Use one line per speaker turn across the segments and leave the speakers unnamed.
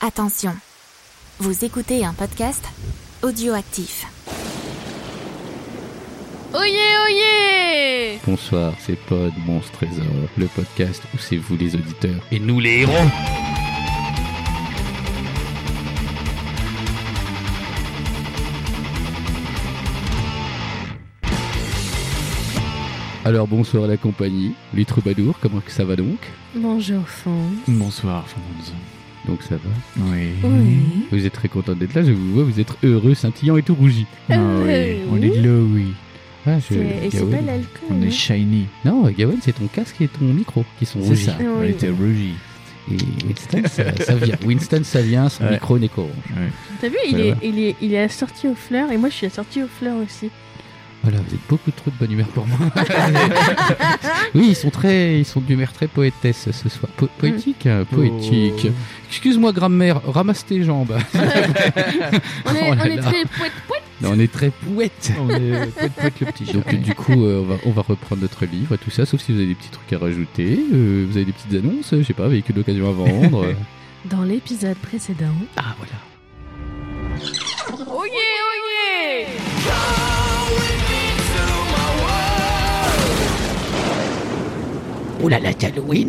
Attention, vous écoutez un podcast audioactif.
Oyez, oyez
Bonsoir, c'est Pod Monstre Trésor, le podcast où c'est vous les auditeurs et nous les héros. Alors bonsoir la compagnie, les troubadours, comment que ça va donc
Bonjour, enfant.
Bonsoir, Fonz.
Donc ça va.
Oui.
Oui.
Vous êtes très content d'être là, je vous vois, vous êtes heureux, scintillant et tout rougi.
Ah
Euh,
oui, on est là, oui.
Ah,
C'est- Et c'est pas l'alcool.
On est
hein.
shiny.
Non, Gawen, c'est ton casque et ton micro qui sont
C'est
rougis.
ça, on
Oui.
était rougi.
Et Winston, ça, ça vient. Winston, ça vient, son
Ouais.
micro n'est qu'orange.
T'as vu, il
Ouais,
est,
ouais.
il, est, il est assorti aux fleurs et moi je suis assortie aux fleurs aussi.
Voilà, vous êtes beaucoup trop de bonne humeur pour moi. oui, ils sont très, ils sont d'humeur très poétesse ce soir. Po-
Mm.
poétique, hein, poétique.
Oh.
Excuse-moi, grammaire, ramasse tes jambes.
On est,
Oh là
on est
là.
très poète poète.
Non, on est très poète.
On est euh, poète poète le petit chat.
Donc du coup, euh, on, va, on va reprendre notre livre et tout ça, sauf si vous avez des petits trucs à rajouter, euh, vous avez des petites annonces, euh, je sais pas, véhicule d'occasion à vendre. euh.
Dans l'épisode précédent,
ah voilà.
Oyez, oyez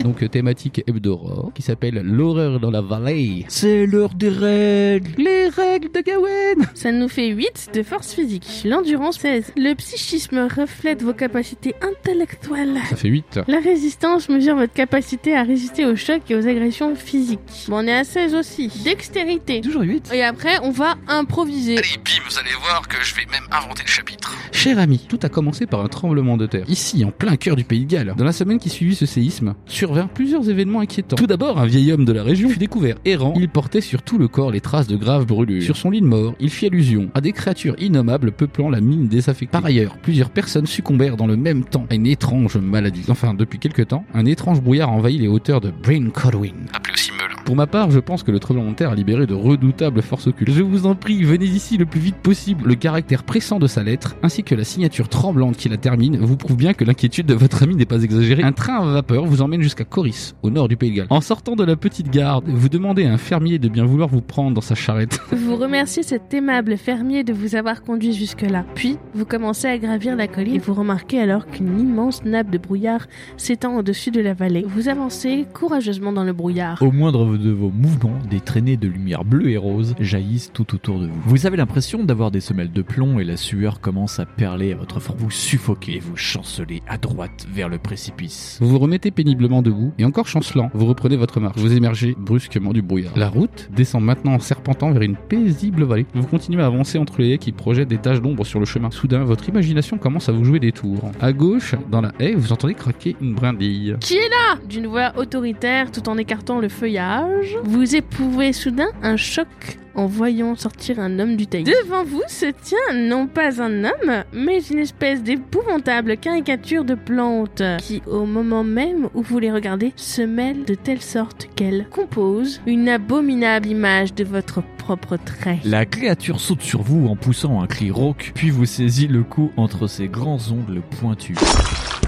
Donc euh, thématique hebdorore qui s'appelle l'horreur dans la vallée.
c'est l'heure des règles.
Les règles de Gawain.
Ça nous fait 8 de force physique, l'endurance 16. Le psychisme reflète vos capacités intellectuelles.
Ça fait 8.
La résistance mesure votre capacité à résister aux chocs et aux agressions physiques. Bon, on est à 16 aussi. Dextérité.
Toujours 8.
Et après, on va improviser.
Allez, bim, vous allez voir que je vais même inventer le chapitre. Cher ami, tout a commencé par un tremblement de terre. Ici, en plein cœur du pays de Galles, dans la semaine qui suivit ce séisme, survinrent plusieurs événements inquiétants. Tout d'abord, un vieil homme de la région fut découvert errant. Il portait sur tout le corps les traces de graves brûlures. Sur son lit de mort, il fit allusion à des créatures innommables peuplant la mine désaffectée. Par ailleurs, plusieurs personnes succombèrent dans le même temps à une étrange maladie. Enfin, depuis quelque temps, un étrange brouillard envahit les hauteurs de Bryn Codwin, appelé aussi Melun. Pour ma part, je pense que le tremblement de terre a libéré de redoutables forces occultes. Je vous en prie, venez ici le plus vite possible. Le caractère pressant de sa lettre, ainsi que la signature tremblante qui la termine, vous prouve bien que l'inquiétude de votre ami n'est pas exagérée. Un train à vapeur vous emmène jusqu'à Coris, au nord du Pays de Galles. En sortant de la petite garde, vous demandez à un fermier de bien vouloir vous prendre dans sa charrette.
Vous remerciez cet aimable fermier de vous avoir conduit jusque-là. Puis, vous commencez à gravir la colline et vous remarquez alors qu'une immense nappe de brouillard s'étend au-dessus de la vallée. Vous avancez courageusement dans le brouillard.
Au moindre de vos mouvements, des traînées de lumière bleue et rose jaillissent tout autour de vous. Vous avez l'impression d'avoir des semelles de plomb et la sueur commence à perler à votre front. Vous suffoquez et vous chancelez à droite vers le précipice.
Vous vous remettez péniblement debout, et encore chancelant, vous reprenez votre marche. Vous émergez brusquement du brouillard. La route descend maintenant en serpentant vers une paisible vallée. Vous continuez à avancer entre les haies qui projettent des taches d'ombre sur le chemin. Soudain, votre imagination commence à vous jouer des tours. À gauche, dans la haie, vous entendez craquer une brindille.
Qui est là D'une voix autoritaire tout en écartant le feuillage, vous éprouvez soudain un choc en voyant sortir un homme du taillis. Devant vous se tient non pas un homme, mais une espèce d'épouvantable caricature de plante qui, au moment même où vous les regardez, se mêle de telle sorte qu'elle compose une abominable image de votre propre trait.
La créature saute sur vous en poussant un cri rauque, puis vous saisit le cou entre ses grands ongles pointus.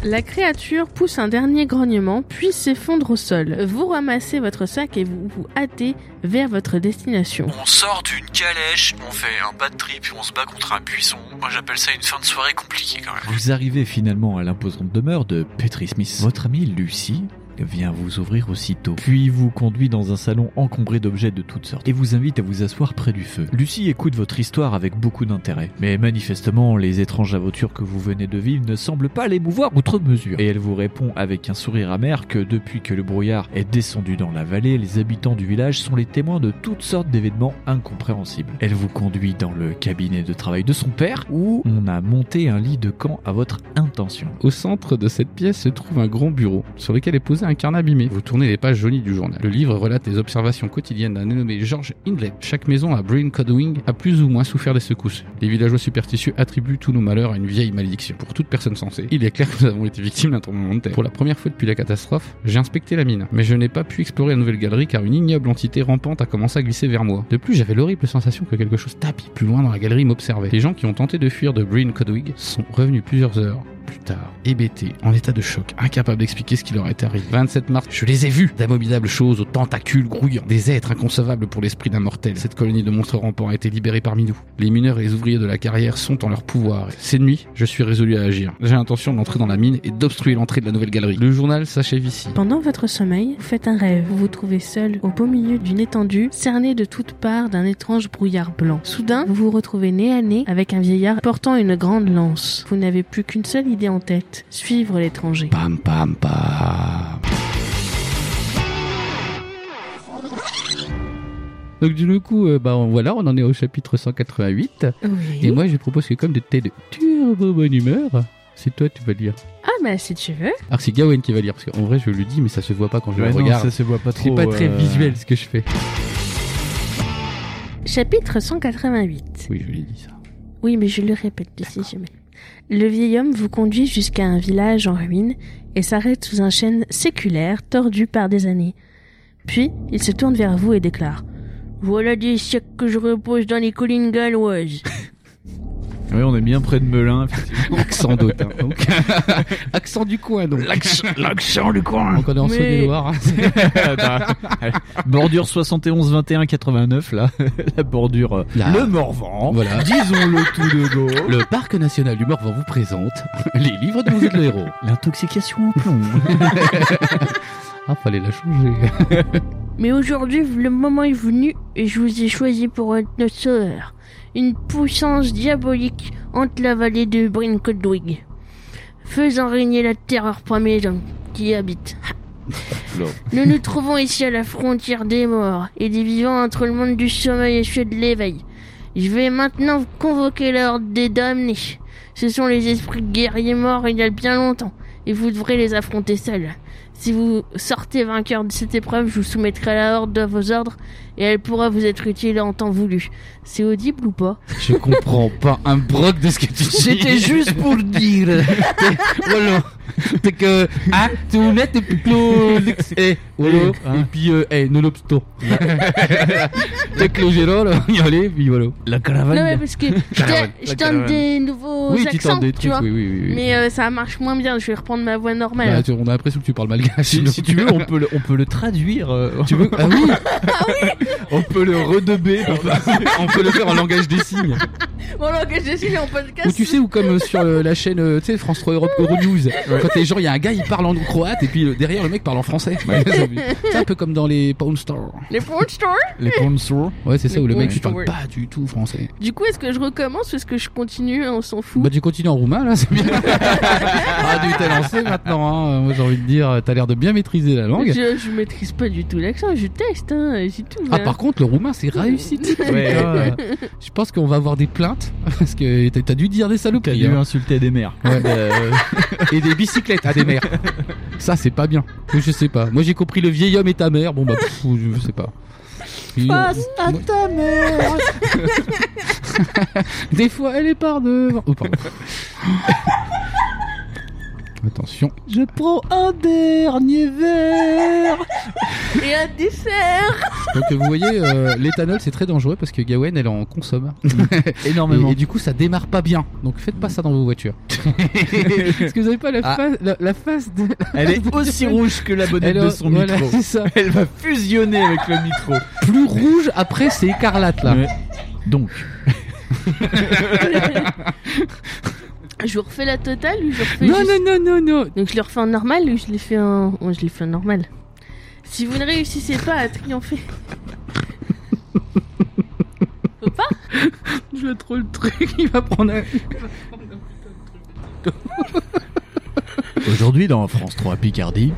La créature pousse un dernier grognement, puis s'effondre au sol. Vous ramassez votre sac et vous vous hâtez vers votre destination.
On sort d'une calèche, on fait un bad trip et on se bat contre un buisson. Moi j'appelle ça une fin de soirée compliquée quand même.
Vous arrivez finalement à l'imposante demeure de Petri Smith. Votre amie Lucie vient vous ouvrir aussitôt, puis vous conduit dans un salon encombré d'objets de toutes sortes et vous invite à vous asseoir près du feu. Lucie écoute votre histoire avec beaucoup d'intérêt, mais manifestement les étranges aventures que vous venez de vivre ne semblent pas l'émouvoir outre mesure. Et elle vous répond avec un sourire amer que depuis que le brouillard est descendu dans la vallée, les habitants du village sont les témoins de toutes sortes d'événements incompréhensibles. Elle vous conduit dans le cabinet de travail de son père où on a monté un lit de camp à votre intention.
Au centre de cette pièce se trouve un grand bureau sur lequel est posé un carnet abîmé. Vous tournez les pages jaunies du journal. Le livre relate les observations quotidiennes d'un nommé George Hindley. Chaque maison à Bryn Codwing a plus ou moins souffert des secousses. Les villageois superstitieux attribuent tous nos malheurs à une vieille malédiction. Pour toute personne sensée, il est clair que nous avons été victimes d'un tremblement de terre. Pour la première fois depuis la catastrophe, j'ai inspecté la mine, mais je n'ai pas pu explorer la nouvelle galerie car une ignoble entité rampante a commencé à glisser vers moi. De plus, j'avais l'horrible sensation que quelque chose tapis plus loin dans la galerie m'observait. Les gens qui ont tenté de fuir de Bryn Codwig sont revenus plusieurs heures plus tard, hébété, en état de choc, incapable d'expliquer ce qui leur était arrivé. 27 mars, je les ai vus, d'abominables choses aux tentacules grouillants, des êtres inconcevables pour l'esprit d'un mortel. Cette colonie de monstres rampants a été libérée parmi nous. Les mineurs et les ouvriers de la carrière sont en leur pouvoir. Ces nuits, je suis résolu à agir. J'ai l'intention d'entrer dans la mine et d'obstruer l'entrée de la nouvelle galerie. Le journal s'achève ici.
Pendant votre sommeil, vous faites un rêve. Vous vous trouvez seul au beau milieu d'une étendue, cerné de toutes parts d'un étrange brouillard blanc. Soudain, vous vous retrouvez nez à nez avec un vieillard portant une grande lance. Vous n'avez plus qu'une seule idée en tête, suivre l'étranger.
Pam pam pam. Donc du coup, euh, bah on- voilà, on en est au chapitre 188. Bah, Et
Oui.
moi, je propose que comme t'es de turbo bonne humeur, c'est toi tu vas lire.
Ah bah si tu veux.
Alors c'est Gawain qui va lire, parce qu'en vrai, je le dis, mais ça se voit pas quand je le regarde.
ça se voit pas
c'est
trop.
pas très
euh,
visuel ce que je fais.
Chapitre 188.
Oui, je l'ai dit ça.
Oui, mais je le répète d'ici jamais. Le vieil homme vous conduit jusqu'à un village en ruine et s'arrête sous un chêne séculaire tordu par des années. Puis, il se tourne vers vous et déclare Voilà des siècles que je repose dans les collines galloises.
Oui, on est bien près de Melun, effectivement.
Accent d'autant. Donc... Accent du coin, donc.
L'accent du coin.
Donc on est en
Mais-
Saône-et-Loire. hein.
Bah, allez. bordure 71 21 89 là, la bordure euh,
Là.
le Morvan.
Voilà.
Disons-le tout de go.
Le parc national du Morvan vous présente les livres dont vous êtes le héros.
L'intoxication en plomb.
Ah, fallait la changer.
Mais aujourd'hui, le moment est venu et je vous ai choisi pour notre sauveur. Une puissance diabolique hante la vallée de Brinkodwig, faisant régner la terreur parmi les gens qui y habitent. Nous nous trouvons ici à la frontière des morts et des vivants entre le monde du sommeil et celui de l'éveil. Je vais maintenant convoquer la horde des damnés. Ce sont les esprits guerriers morts il y a bien longtemps et vous devrez les affronter seuls. Si vous sortez vainqueur de cette épreuve, je vous soumettrai la horde à vos ordres et elle pourra vous être utile en temps voulu. C'est audible ou pas
Je comprends pas un broc de ce que tu dis. C'était juste pour dire. Voilà. C'est que. Ah, tu net et puis close. Eh, voilà.
hein.
Et puis, euh, eh, nonobstant. T'es que le gérant, là, y aller, puis voilà.
La caravane.
Non, mais parce que je
Caravane,
te- je tente des nouveaux
Oui, tu
accents,
t'en des
tu
trucs,
vois.
oui, oui, oui. oui.
Mais euh, ça marche moins bien, je vais reprendre ma voix normale.
Bah, tu- on a l'impression que tu parles malgache.
Si,
donc.
si tu veux, on peut le, on peut le traduire. euh,
Tu veux Ah oui
on peut le redubber.
On peut le faire en langage des signes.
Mon langage des signes en podcast.
Ou tu sais, ou comme euh, sur euh, la chaîne, euh, tu sais, France 3 Europe, Euronews. Quand les gens, il y a un gars, il parle en croate, et puis euh, derrière, le mec parle en français. c'est un peu comme dans les Pawn Stars.
Les porn stars
Les sponsors.
Ouais, c'est ça,
Les
où le mec,
Pawn
il parle
Stars.
pas du tout français.
Du coup, est-ce que je recommence ou est-ce que je continue hein, On s'en fout.
Bah, tu continues en roumain, là, c'est bien. ah, du t'es lancé maintenant, hein. Moi, j'ai envie de dire, t'as l'air de bien maîtriser la langue.
je, je maîtrise pas du tout l'accent, je teste, hein, et c'est tout.
Ah,
hein.
par contre, le roumain, c'est réussite.
Ouais.
Ah, je pense qu'on va avoir des plaintes, parce que t'as t'as dû dire des
T'as
saloperies.
dû
hein.
insulter des mères.
Ouais. et des bicyclettes à des mères. Ça, c'est pas bien. Ou Je sais pas. Moi, j'ai compris le vieil homme et ta mère. Bon, bah, pff, je sais pas. Puis, on- moi-
ta mère.
Des fois, elle est par devant. Oh, pardon. Attention.
Je prends un dernier verre.
Et un dessert
Donc, vous voyez, euh, l'éthanol, c'est très dangereux parce que Gawain, elle en consomme. Et,
Énormément.
et du coup, ça démarre pas bien. Donc, faites pas ça dans vos voitures. Parce que vous avez pas la,
Ah.
face, la, la face de.
Elle est aussi rouge que la bonnette
Elle
de
a-
son
voilà,
micro.
c'est ça.
Elle va fusionner avec le micro.
Plus rouge, après, c'est écarlate là.
Ouais. Donc,
Je vous refais la totale ou je refais
Non,
juste-
non, non, non, non.
Donc je le refais en normal ou je l'ai fait en... ouais, je l'ai fait en normal. Si vous ne réussissez pas à triompher... Faut pas
Je vais trop le truc, il va prendre un...
aujourd'hui dans France 3 Picardie,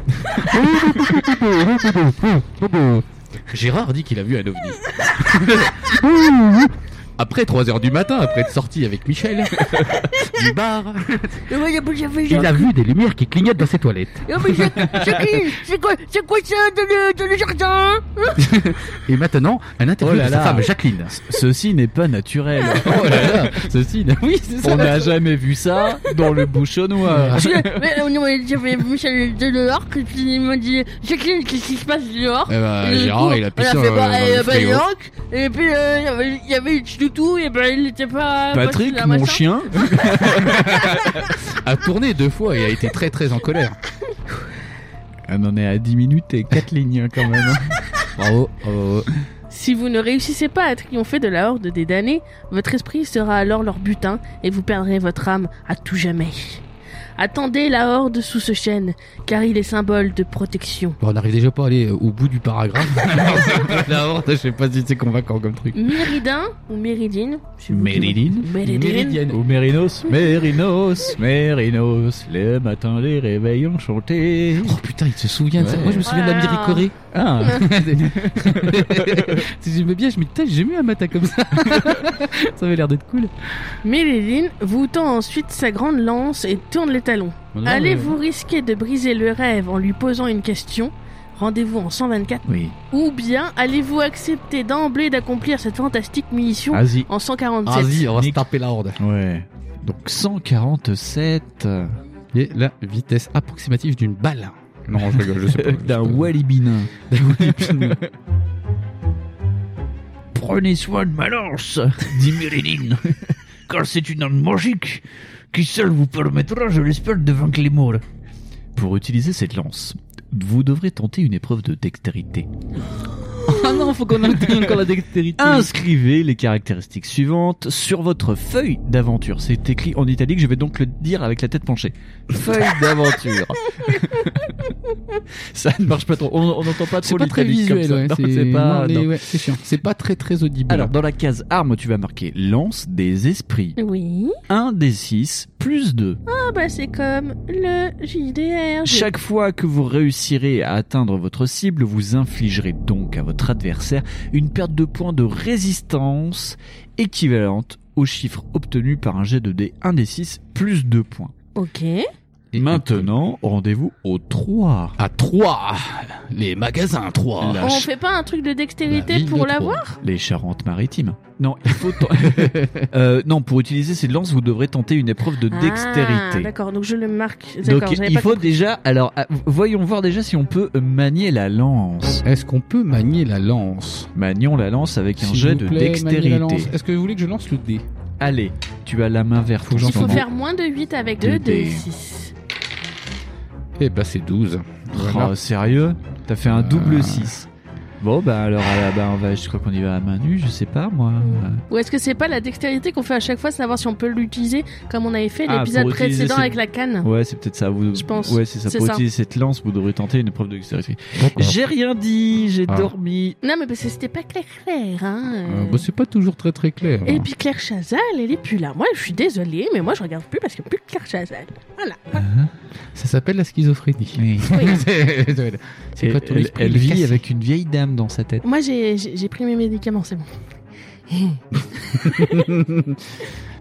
Gérard dit qu'il a vu un ovni. Après 3 heures du matin, après être sorti avec Michel du bar,
Mais voyons, mais j'avais-
il a vu des lumières qui clignotent dans ses toilettes.
Oh, mais je- c'est qui C'est quoi, c'est quoi ça dans le, dans le jardin
Et maintenant, un interview
Oh là
de sa
là.
femme Jacqueline.
ceci n'est pas naturel.
Oh là là, ceci, Oh oui, c'est
On
ça. Ah,
n'a jamais vu ça dans le bouchonnois.
Parce que- mais on est- J'avais Michel de dehors, que puis il m'a dit Jacqueline, qu'est-ce qui se passe dehors
Eh ben,
Et du
Gérard,
coup,
il a Eh,
on
pissé
fait
dans
boire,
le
euh, bah,
frigo.
donc, Et puis, euh, il y avait- il y avait une toutou, et ben il n'était pas.
Patrick,
pas-
mon
machin.
chien,
a tourné deux fois et a été très très en colère.
on en est à 10 minutes et 4 lignes hein, quand même.
Bravo, bravo.
Si vous ne réussissez pas à triompher de la horde des damnés, votre esprit sera alors leur butin et vous perdrez votre âme à tout jamais. Attendez la horde sous ce chêne, car il est symbole de protection.
Bon, on n'arrive déjà pas à aller euh, au bout du paragraphe. la horde, je sais pas si c'est convaincant comme truc.
Méridin ou Méridine si vous voulez.
Méridine.
Méridine.
Ou Mérinos, Mérinos, Mérinos, les matins les réveils enchantés.
Oh putain, il se souvient de ça.
Ouais.
Moi, je me souviens de la
Voilà.
miricorée.
Ah,
si j'aimais bien, je me dis, putain, j'ai jamais eu un matin comme ça. ça avait l'air d'être cool.
Méridine vous tend ensuite sa grande lance et tourne les talons. Allez-vous risquer de briser le rêve en lui posant une question Rendez-vous en 124.
Oui,
Ou bien allez-vous accepter d'emblée d'accomplir cette fantastique mission
Asie.
en 147
Ah. euh, Vas-y, hein. on va se
Nick.
taper la horde.
Ouais. Donc 147
Et la vitesse approximative d'une balle. Non, je rigole, je sais pas.
Euh, d'un Walibinin. Prenez soin de ma lance, dit Méridine, car c'est une arme magique qui seule vous permettra, je l'espère, de vaincre les morts. Pour utiliser cette lance, vous devrez tenter une épreuve de dextérité.
Ah non, faut qu'on atteigne encore la dextérité.
Ah. Inscrivez les caractéristiques suivantes sur votre feuille d'aventure. C'est écrit en italique, je vais donc le dire avec la tête penchée. Feuille d'aventure. ça ne marche pas trop. On on n'entend pas
C'est
trop
pas très
l'italique comme
visuel,
ça.
ouais.
Non, c'est pas.
non, les-
non.
ouais, c'est chiant. C'est pas très très audible.
Alors, dans la case armes, tu vas marquer lance des esprits.
Oui.
1 des 6 plus 2.
Ah bah c'est comme le JDR.
Chaque fois que vous réussirez à atteindre votre cible, vous infligerez donc à votre adversaire une perte de points de résistance équivalente au chiffre obtenu par un jet de dés 1 des 6 plus 2 points.
Ok.
Et-
Maintenant, rendez-vous au 3.
à 3. Les magasins 3.
La
On
ch-
fait pas un truc de
La
dextérité
ville de
pour
Troyes.
l'avoir
Les Charentes-Maritimes. Non, il faut ten- Euh, non, pour utiliser cette lance, vous devrez tenter une épreuve de
Ah,
dextérité.
d'accord, donc je le marque.
Donc
D'accord, j'avais
il
pas
faut
compris.
déjà, alors ah, voyons voir déjà si on peut manier la lance.
Est-ce qu'on peut manier la lance
Manions la lance avec un
S'il
jet
vous
de
plaît, manier la lance.
dextérité.
Est-ce que vous voulez que je lance le dé
Allez, tu as la main verte.
Faut que
Il
en ce
faut
moment.
faire moins de 8 avec
Deux
2
dés.
de 6.
Eh ben, c'est 12. Voilà.
Oh, sérieux T'as fait un double
Euh.
6. Bon bah alors à la- bah, on va, je crois qu'on y va à main nue, je sais pas moi.
Mm. Ou est-ce que c'est pas la dextérité qu'on fait à chaque fois, savoir si on peut l'utiliser comme on avait fait
Ah,
l'épisode
pour utiliser
précédent
cette-
avec la canne
Ouais, c'est peut-être ça. Vous...
Je pense.
Ouais, c'est ça.
C'est
Pour
ça.
utiliser cette lance, vous devrez tenter une épreuve de dextérité.
Oh,
J'ai rien dit, j'ai
Ah.
dormi.
Non, mais parce que c'était pas clair, clair. Hein.
Ah,
Euh, bah, c'est pas toujours très très clair. hein.
Et puis Claire Chazal, elle est plus là. Moi, je suis désolée, mais moi, je regarde plus parce qu'il n'y a plus de Claire Chazal. Voilà.
Ça s'appelle la schizophrénie. C'est- c'est quoi ton
elle,
esprit
elle
il est
vit
cassé.
avec une vieille dame dans sa tête.
Moi, j'ai- j'ai j'ai pris mes médicaments, c'est bon.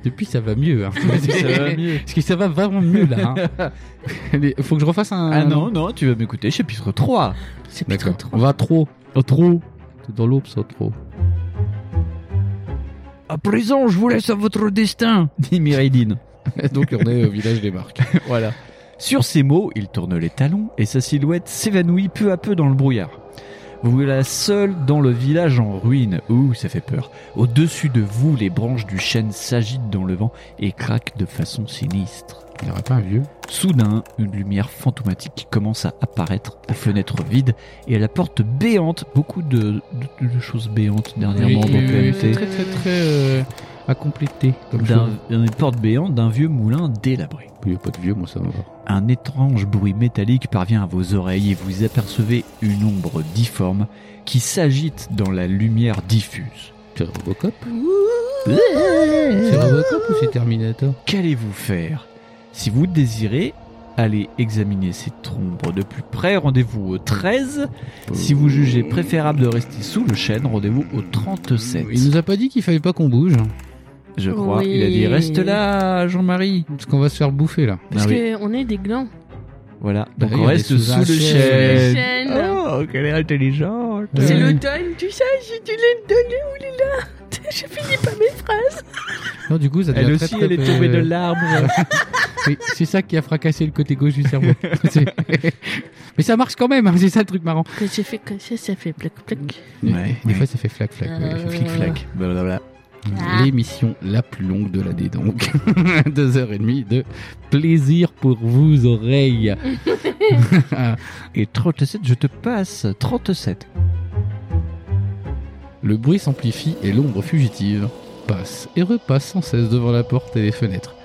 Depuis, ça va mieux. hein.
mieux.
Parce que ça va vraiment mieux là. hein. Allez, faut que je refasse un.
Ah non, non, tu vas m'écouter, chapitre 3.
C'est plus trop
D'accord.
trop.
On va trop. trop. C'est dans l'aube, ça, trop.
À présent, je vous laisse à votre destin, dit Myridine.
Donc, on est au village des marques.
voilà. Sur ces mots, il tourne les talons et sa silhouette s'évanouit peu à peu dans le brouillard. Vous la seule dans le village en ruine. Ouh, ça fait peur. Au-dessus de vous, les branches du chêne s'agitent dans le vent et craquent de façon sinistre.
Il n'y aurait pas un vieux
Soudain, une lumière fantomatique qui commence à apparaître aux fenêtres vides et à la porte béante. Beaucoup de, de- de choses béantes dernièrement
Oui,
dans
oui, oui,
PMT.
c'est très très très euh, à compléter. Comme
D'un-
chose.
Une porte béante d'un vieux moulin délabré.
Il n'y a pas de vieux, moi ça va.
Un étrange bruit métallique parvient à vos oreilles et vous apercevez une ombre difforme qui s'agite dans la lumière diffuse.
C'est Robocop C'est Robocop ou c'est Terminator
Qu'allez-vous faire Si vous désirez aller examiner cette ombre de plus près, rendez-vous au 13.
Euh,
Si vous jugez préférable de rester sous le chêne, rendez-vous au 37.
Il nous a pas dit qu'il fallait pas qu'on bouge.
Je crois.
Oui.
Il a dit reste là, Jean-Marie.
Parce qu'on va se faire bouffer là.
Parce
Ah oui,
qu'on est des glands.
Voilà.
Bah
Donc
oui,
on
on est
reste
sous
sous
un
le
chêne.
chêne.
Chaîne.
Oh, qu'elle est intelligente.
C'est Ouais.
l'automne, tu sais, j'ai du lait de lait où il est là. Je finis pas mes phrases.
Non, du coup, ça devient
Elle
très,
aussi,
très,
elle est
très-
tombée de l'arbre.
Oui, c'est ça qui a fracassé le côté gauche du cerveau. C'est- Mais ça marche quand même, hein, c'est ça le truc marrant.
Que j'ai fait comme ça, ça fait plac plac.
Ouais,
Des
ouais.
fois, ça fait flac flac. ouais.
Euh,
Flic flac. Blablabla.
Ah.
L'émission la plus longue de l'année, donc. Deux heures et demie de plaisir pour vos oreilles.
Et 37, je te passe 37.
Le bruit s'amplifie et l'ombre fugitive passe et repasse sans cesse devant la porte et les fenêtres.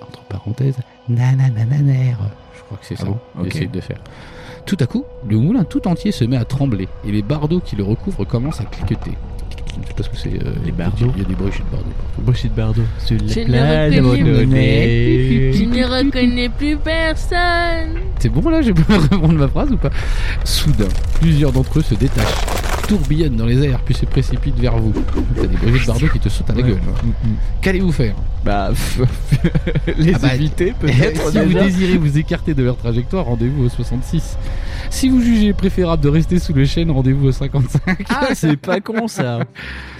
Entre parenthèses, nananananer. Je crois que c'est ça.
Ah bon Ok.
J'essaye de faire. Tout à coup, le moulin tout entier se met à trembler et les bardeaux qui le recouvrent commencent à cliqueter. Je sais pas ce que c'est. euh,
Les bardeaux
Il y a des brochets de bardeaux.
Brigitte Bardot. Sur
Je
la
ne
plage
reconnais
abandonnée.
Je ne reconnais plus personne.
C'est bon là, j'ai pas répondre ma phrase ou pas Soudain, plusieurs d'entre eux se détachent, tourbillonnent dans les airs puis se précipitent vers vous. T'as des brochets de bardeaux qui te sautent à la
Ouais.
gueule.
Mm, mm.
Qu'allez-vous faire
Bah, les
Ah bah,
éviter peut-être.
Si vous
déjà.
désirez vous écarter de leur trajectoire, rendez-vous au 66. Si vous jugez préférable de rester sous le chêne, rendez-vous au 55.
Ah, c'est pas con ça.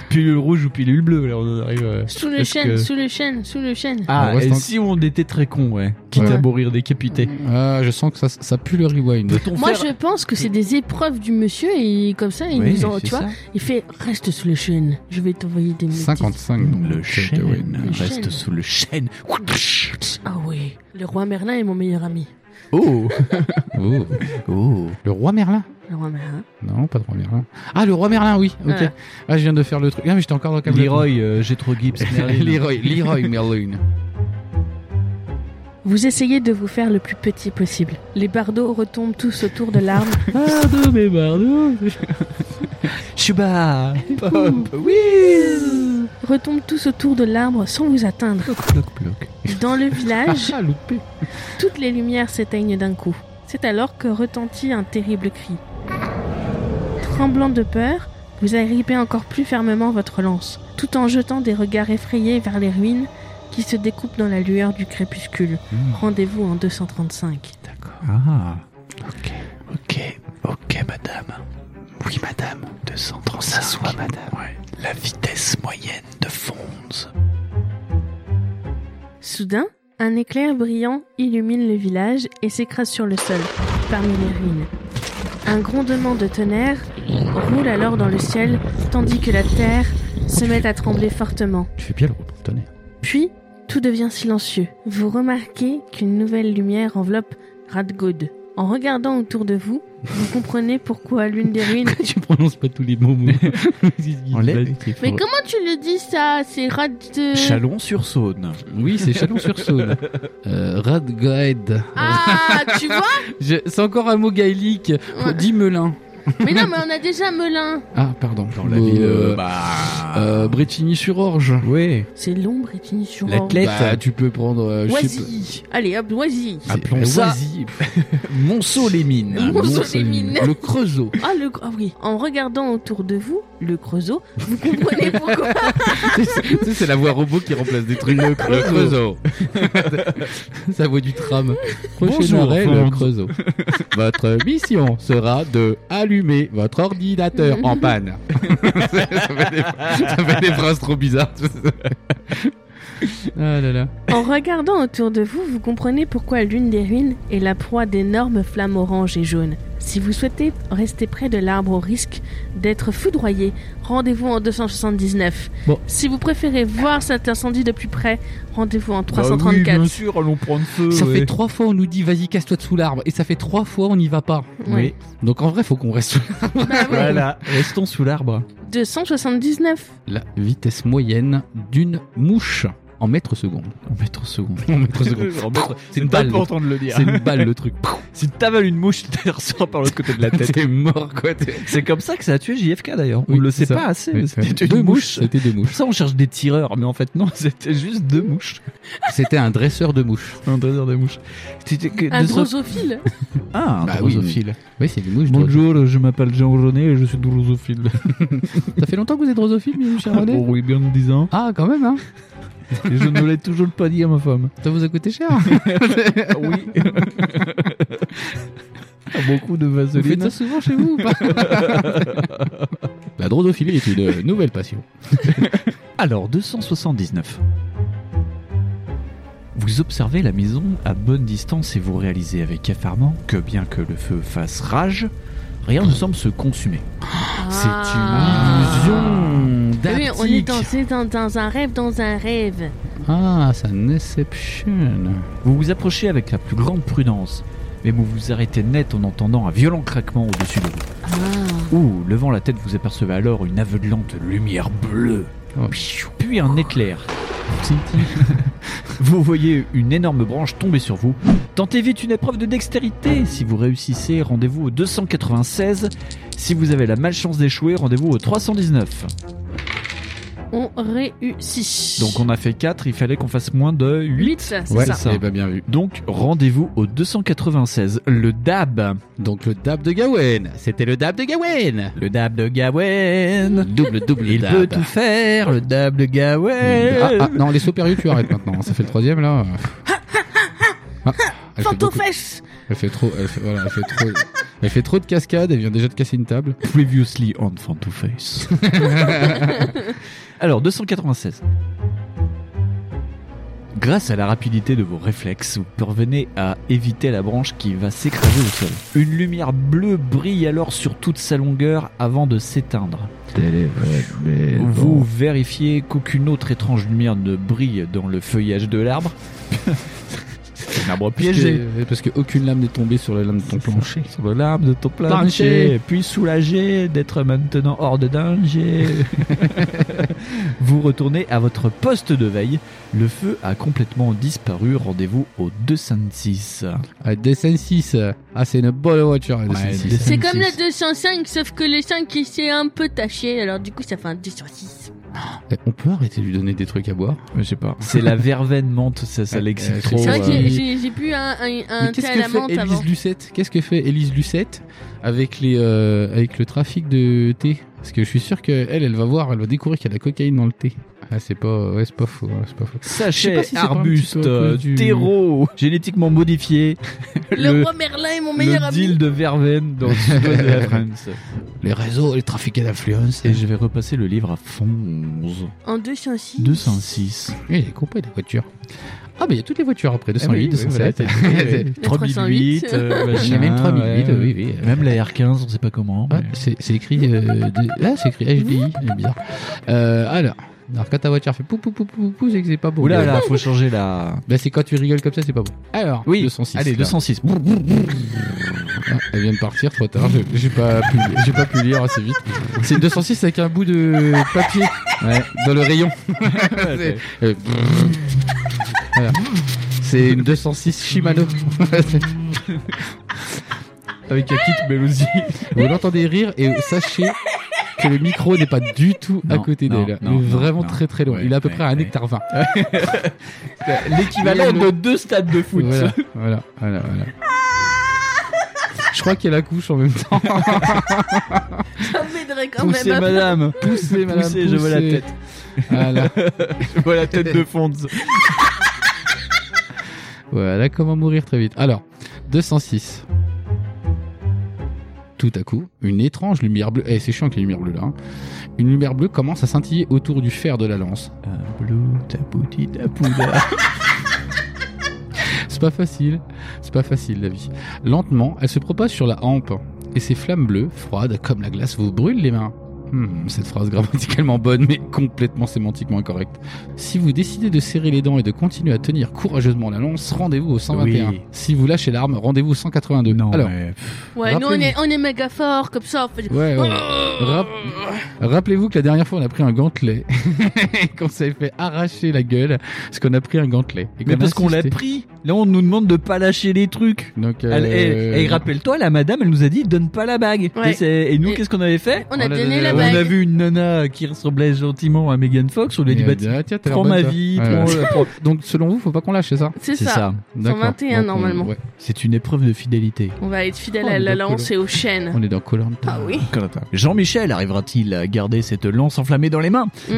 Pilule rouge ou pilule bleue, là on en arrive. euh.
Sous le
Est-ce
chêne,
que-
sous le chêne, sous le chêne.
Ah,
On reste
et
en-
si on était très con, ouais. Quitte
Ouais.
à mourir décapité.
Ah, je sens que ça, ça pue le rewind.
Peut-on
Moi,
faire-
je pense que c'est des épreuves du monsieur et comme ça, il
Oui,
nous en,
c'est
tu vois,
ça.
il fait reste sous le chêne. Je vais t'envoyer des notices.
55, donc. euh,
Le chêne
Le
reste
chêne.
sous le chêne.
Ah oui, le roi Merlin est mon meilleur ami.
Oh
Oh.
Oh
Le roi Merlin
Le roi Merlin.
Non, pas le roi Merlin. Ah, le roi Merlin, oui. Ok.
Voilà.
Ah, je viens de faire le truc. Ah, mais j'étais encore dans Camelot.
Leroy, euh, j'ai trop Gibbs. Merlin.
Leroy, Leroy Merlin.
Vous essayez de vous faire le plus petit possible. Les bardeaux retombent tous autour de l'arbre.
Bardo, mais Bardo Chuba Pop Whiz
retombent tous autour de l'arbre sans vous atteindre.
Ploc, ploc.
Dans le village,
Ah, loupé.
toutes les lumières s'éteignent d'un coup. C'est alors que retentit un terrible cri. Tremblant de peur, vous agrippez encore plus fermement votre lance, tout en jetant des regards effrayés vers les ruines qui se découpent dans la lueur du crépuscule.
Mmh.
Rendez-vous en 235.
Ah Ok, ok, ok, madame. Oui, madame. 235. S'assoit, madame. La vitesse moyenne de Fonz.
Soudain, un éclair brillant illumine le village et s'écrase sur le sol, parmi les ruines. Un grondement de tonnerre roule alors dans le ciel, tandis que la terre se met à trembler fortement.
Tu fais bien le repos, tonnerre.
Puis, tout devient silencieux. Vous remarquez qu'une nouvelle lumière enveloppe Radgod. En regardant autour de vous, vous comprenez pourquoi l'une des ruines...
tu prononces pas tous les mots, moi.
Mais comment tu le dis ça C'est Rad...
Chalon-sur-Saône.
Oui, c'est Chalon-sur-Saône. Euh, Radguide.
Ah, tu vois
Je- C'est encore un mot gaélique.
Ouais.
Dis Melun.
Mais non, mais on a déjà Melun.
Ah, pardon.
Dans la
Euh,
ville. euh,
euh,
bah.
euh, Bretigny-sur-Orge.
ouais.
C'est l'ombre est une sur
L'athlète.
Bah, tu peux prendre. euh, je sais pas.
Oisy. Allez, hop, Oisy.
Ah, Appelons
Euh,
ça-
Oisy. bah.
Ah,
Monceau-les-Mines.
Monceau-
Mont-
des mines.
Le Creusot.
Ah, le... ah oui. En regardant autour de vous, le Creusot, vous comprenez pourquoi.
tu sais, c'est la voix robot qui remplace des trucs. Le Creusot. Ça voix du tram. Prochain
Bonjour,
arrêt, le
Ford.
Creusot. Votre mission sera de allumer votre ordinateur en panne. ça, fait des, ça fait des phrases trop bizarres. ah là là.
En regardant autour de vous, vous comprenez pourquoi l'une des ruines est la proie d'énormes flammes orange et jaunes. Si vous souhaitez rester près de l'arbre au risque d'être foudroyé, rendez-vous en 279.
Bon.
Si vous préférez voir cet incendie de plus près, rendez-vous en
Bah oui,
334.
bien sûr, allons prendre feu.
Ça
ouais.
fait trois fois on nous dit vas-y casse-toi de sous l'arbre et ça fait trois fois on n'y va pas.
Ouais.
Donc en vrai faut qu'on reste.
Bah oui.
Voilà, restons sous l'arbre.
279.
La vitesse moyenne d'une mouche en mètres secondes.
On met trop secondes.
En mètres secondes.
C'est
une
pas
balle.
important de le dire.
C'est une balle le truc.
Si t'avales une mouche, tu ressort par l'autre côté de la tête.
T'es mort quoi. t'es-
C'est comme ça que ça a tué JFK d'ailleurs. On
Oui,
le
c'est
sait
ça.
pas assez.
Oui,
C'était
c'est-
une
deux mouches.
mouche.
Euh, C'était deux
Pour
mouches.
ça, on cherche des tireurs, mais en fait, non, c'était juste deux mouches.
C'était un dresseur de mouches.
Un dresseur de mouches. C'était que-
Un
de sorte-
drosophile.
Ah, un
Bah oui,
drosophile.
Oui c'est des mouches. dresseurs.
Bonjour, je m'appelle Jean René et je suis drosophile.
Ça fait longtemps que vous êtes drosophile, mais cher
Ah, bon,
René
oui, bien 10 ans.
Ah quand même hein.
Et je ne l'ai toujours pas dit à ma femme.
Ça vous a coûté cher.
Ah Oui. Ah, Beaucoup de
Vous faites
vaseline.
ça souvent chez vous ou pas La drosophilie est une nouvelle passion.
Alors, 279. Vous observez la maison à bonne distance et vous réalisez avec effarement que bien que le feu fasse rage, rien ne semble se consumer.
Ah.
C'est une illusion.
Oui, est, on est dans, c'est dans- dans un rêve, dans un rêve.
Ah, c'est un Inception.
Vous vous approchez avec la plus grande prudence, mais vous vous arrêtez net en entendant un violent craquement au-dessus de vous.
Ah,
Ouh, levant la tête, vous apercevez alors une aveuglante lumière bleue.
Oh.
Pichou. Puis un éclair. vous voyez une énorme branche tomber sur vous. Tentez vite une épreuve de dextérité. Si vous réussissez, rendez-vous au 296. Si vous avez la malchance d'échouer, rendez-vous au 319.
On réussit.
Donc on a fait 4, il fallait qu'on fasse moins de 8.
8, ça, c'est
Ouais,
ça.
ça. Eh ben, bien vu.
Donc rendez-vous au 296, le DAB.
Donc le dab de Gawain, c'était le dab de Gawain.
Le dab de Gawen
Double, double
Il
dab.
peut tout faire, le dab de
Ah,
Gawen
ah, non, les sauts périlleux, tu arrêtes maintenant. Ça fait le troisième là. Ah, elle, fait beaucoup-
Fantôfesse
elle fait trop, elle fait, voilà, elle fait trop, elle fait trop de cascades. Elle vient déjà de casser une table.
Previously on Fantoface. Alors, 296. Grâce à la rapidité de vos réflexes, vous parvenez à éviter la branche qui va s'écraser au sol. Une lumière bleue brille alors sur toute sa longueur avant de s'éteindre. Vous vérifiez qu'aucune autre étrange lumière ne brille dans le feuillage de l'arbre. C'est un arbre piégé.
Parce que- Parce que aucune lame n'est tombée sur la lame de ton plancher.
Sur le l'arbre de ton
Plancher.
plancher, puis soulagé d'être maintenant hors de danger. vous retournez à votre poste de veille. Le feu a complètement disparu. Rendez-vous au 206.
Ah, Descend 6. Ah, c'est une bonne voiture, la Descend
Ouais,
6.
Descend
C'est comme la
26.
205, sauf que le 5 il s'est un peu taché, alors du coup ça fait un 2 sur 6.
Eh, On peut arrêter de lui donner des trucs à boire
Je sais pas. C'est la verveine menthe, ça, ça
Euh,
l'excite
euh,
trop.
C'est
Oh,
vrai que
ouais.
j'ai- j'ai j'ai bu un, un, un
Mais
thé
qu'est-ce
à
que
la
fait
menthe avant.
Élise Lucette Qu'est-ce que fait Élise Lucette avec les euh, avec le trafic de thé Parce que je suis sûr que elle, elle va voir, elle va découvrir qu'il y a de la cocaïne dans le thé. Ah, c'est pas, ouais, c'est pas faux, hein, c'est pas faux. Je sais
Sachet,
pas si c'est pas un
arbuste,
petit peu à cause
euh,
du-
terreau, génétiquement modifié.
Le,
le-
roi Merlin est mon meilleur
le
ami.
deal de verveine dans le sud de la France.
Les réseaux, les trafiqués d'influence.
Et je vais repasser le livre à fond.
En 206.
206.
Oui, j'ai compris la voiture. Ah, bah il y a toutes les voitures après 208, 207.
La 3008,
3008, euh,
Il y
machin,
a même 3008,
ouais,
oui, oui.
ouais. Même la R15, on sait pas comment.
Ah,
mais-
c'est c'est écrit. Euh, de- Ah, c'est écrit HDI, c'est bizarre. Euh, alors, alors, quand ta voiture fait pou pou pou pou pou, c'est que c'est pas beau.
Ouh là là, faut changer la.
Bah, c'est quand tu rigoles comme ça, c'est pas beau. Alors, 206.
Allez,
là.
206.
Ah, elle vient de partir trop tard, j'ai- j'ai pas, pu- j'ai pas pu lire assez vite. C'est une 206 avec un bout de papier
Ouais.
dans le rayon.
Ouais,
Euh, voilà. C'est une 206 Shimano.
Avec un kit Belusi.
Vous l'entendez rire et sachez que le micro n'est pas du tout à
Non,
côté
non,
d'elle,
non,
mais
non,
vraiment
non.
très très loin.
Ouais,
Il est à peu
ouais,
près à un
ouais.
hectare 20.
L'équivalent
de
de deux stades de foot.
Voilà, voilà, voilà, voilà. Je crois qu'elle accouche en même temps.
Ça m'aiderait quand
Poussez,
même. à-
madame.
Poussez, madame,
Poussez, je vois la
poussez.
tête.
Voilà.
Je vois la tête de Fonz.
Voilà comment mourir très vite. Alors, 206. Tout à coup, une étrange lumière bleue. Eh, c'est chiant avec les lumières bleues là. hein. Une lumière bleue commence à scintiller autour du fer de la lance. C'est pas facile. C'est pas facile la vie. Lentement, elle se propage sur la hampe. Et ses flammes bleues, froides comme la glace, vous brûlent les mains. Hmm, cette phrase grammaticalement bonne, mais complètement sémantiquement incorrecte. Si vous décidez de serrer les dents et de continuer à tenir courageusement la lance, rendez-vous au 121.
Oui.
Si vous lâchez l'arme, rendez-vous au 182.
Non,
Alors,
mais-
Ouais, nous on
Rappelez-vous.
est, on est méga fort comme ça. On fait...
ouais, ouais. Rap- Rappelez-vous que la dernière fois on a pris un gantelet et qu'on s'est fait arracher la gueule parce qu'on a pris un gantelet. Et
mais
a
parce qu'on l'a
insisté.
pris. Là, on nous demande de pas lâcher les trucs.
Donc, euh,
Elle- elle- Et rappelle-toi, la madame, elle nous a dit donne pas la bague.
Ouais.
Et, c'est- et nous,
Et-
qu'est-ce qu'on avait fait
On a
On l'a
donné
donné-
la
on
On
bague.
a vu une nana qui ressemblait gentiment à Megan Fox. On lui a dit
elle
bah,
dit, ah, tiens, t'as l'air
prends
bonne,
ma
toi.
vie.
Ouais,
prends- euh,
ouais.
prends-
Donc selon vous, faut pas qu'on lâche, c'est ça
C'est ça.
D'accord.
121
Donc, on-
normalement.
ouais,
C'est une épreuve de fidélité.
On va être fidèle
Oh,
à
le
la
docolo.
lance et aux chaînes.
on est dans Colanta.
Ah oui.
Jean-Michel arrivera-t-il à garder cette lance enflammée dans les mains
Hmm,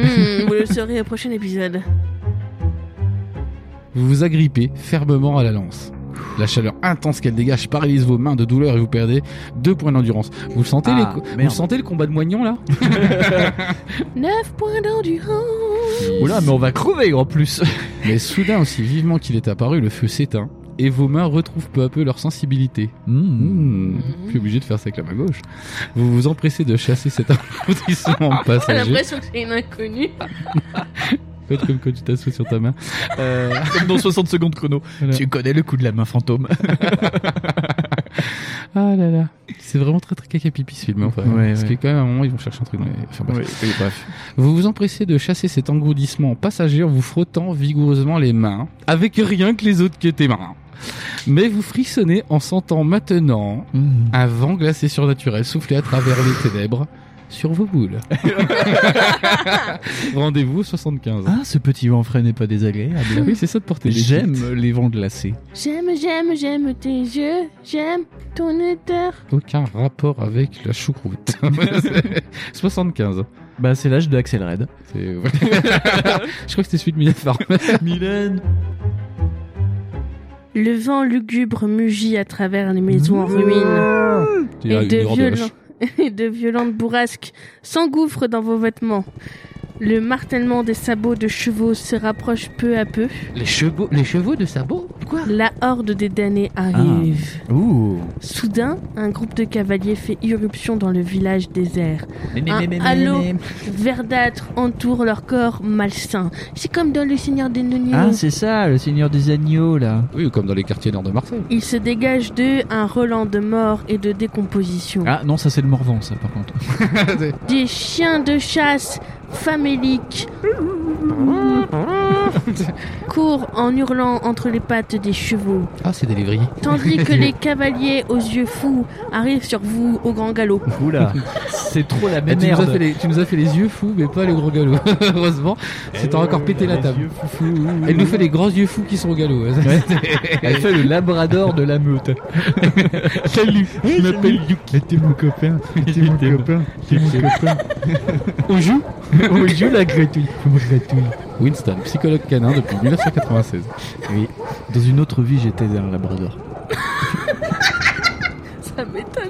vous le saurez au prochain épisode.
Vous vous agrippez fermement à la lance. La chaleur intense qu'elle dégage paralyse vos mains de douleur et vous perdez deux points d'endurance. Vous sentez
Ah,
les co- vous
merde.
sentez le combat de moignon là
9 points d'endurance.
Oula, oh mais on va crever en plus
Mais soudain, aussi vivement qu'il est apparu, le feu s'éteint et vos mains retrouvent peu à peu leur sensibilité.
Mmh.
Mmh, Je suis obligé de faire ça avec la main gauche. Vous vous empressez de chasser cet alourdissement
J'ai
passager.
l'impression que c'est une inconnue.
Faites comme quand tu t'assois sur ta main. Euh,
Comme dans 60 secondes chrono.
Voilà.
Tu connais le coup de la main fantôme.
Ah là là, c'est vraiment très très caca pipi ce film. hein, Enfin,
Ouais,
parce
ouais.
que quand même à un moment ils vont chercher un truc. Dans les... enfin, bref.
bref.
Vous vous empressez de chasser cet engourdissement passager en vous frottant vigoureusement les mains, avec rien que les autres que tes mains. Mais vous frissonnez en sentant maintenant
Hmm.
un vent glacé surnaturel souffler à travers les ténèbres sur vos boules. Rendez-vous au 75.
Ah, ce petit vent frais n'est pas désagréable.
oui, c'est ça de porter des kits.
J'aime les vents glacés.
J'aime, j'aime, j'aime tes yeux, j'aime ton odeur.
Aucun rapport avec la choucroute. 75.
Bah, c'est l'âge de Axel Red.
C'est- Je crois que c'était celui de Mylène Farmer.
Mylène
Le vent lugubre mugit à travers les maisons en ruine. Et de, violents- et de violentes bourrasques s'engouffrent dans vos vêtements. Le martèlement des sabots de chevaux se rapproche peu à peu.
Les chevaux, les chevaux de sabot Quoi
La horde des damnés arrive.
Ouh
Soudain, un groupe de cavaliers fait irruption dans le village désert. Un halo verdâtre entoure leur corps malsain. C'est comme dans Le Seigneur des Anneaux.
Ah, c'est ça, le Seigneur des Agneaux, là.
Oui, comme dans les quartiers nord de Marseille.
Il se dégage d'eux un relent de mort et de décomposition.
Ah non, ça c'est le Morvan, ça, par contre.
Des chiens de chasse faméliques courent en hurlant entre les pattes des chevaux,
Ah, c'est des lévriers.
tandis que les cavaliers aux yeux fous arrivent sur vous au grand galop.
Oula, c'est trop la
Eh,
même
tu, nous as fait
merde.
les, tu nous as fait les yeux fous, mais pas les gros galops. Heureusement, c'est t'as encore pété la table. Elle nous fait les grands yeux fous qui sont au galop.
Elle fait le labrador de la meute.
Salut, je m'appelle Yuki. T'es mon copain, t'es mon copain, t'es mon copain. On joue
On joue la gratouille.
Winston, psychologue canin depuis 1996.
Oui, dans une autre vie, j'étais un labrador.
Ça m'étonne.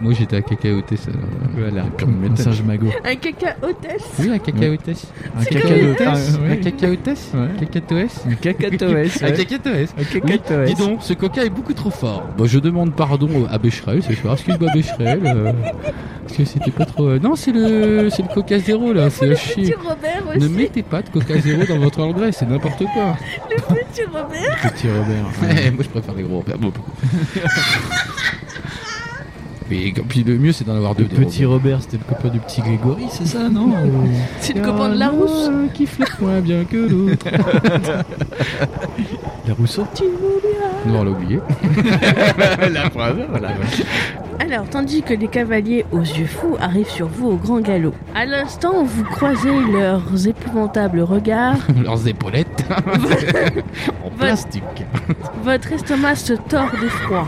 Moi j'étais à cacaotesse.
Voilà,
Pure
un
méthode.
singe magot.
Un caca hôtesse.
Oui, à cacaotesse.
Un
C'est comme les
cacatoès.
Un cacaotesse
Ah, Ouais.
Cacatoès
Un cacatoès.
Un cacatoès
Un
Dis donc, ce coca est beaucoup trop fort. Bah, je demande pardon à Becherel ce soir. Excuse-moi Becherel. euh, parce que c'était pas trop. euh, Non, c'est le, c'est le coca zéro là. C'est à chier.
Robert
Ne mettez pas de coca zéro dans votre engrais, c'est n'importe quoi.
petit Robert.
Petit Robert.
Eh, moi je préfère les gros repères. Bon, beaucoup. Mais comme- puis le mieux c'est d'en avoir deux.
Le
des
petit Robert, c'était le copain du petit Grégory, c'est ça, non
C'est le copain de la rousse.
qui flotte moins bien que l'autre.
La Rousseau
Non, on l'a oublié.
La preuve, voilà.
Alors, tandis que les cavaliers aux yeux fous arrivent sur vous au grand galop. À l'instant, vous croisez leurs épouvantables regards.
Leurs épaulettes.
En
Votre-
plastique.
Votre estomac se tord d'effroi.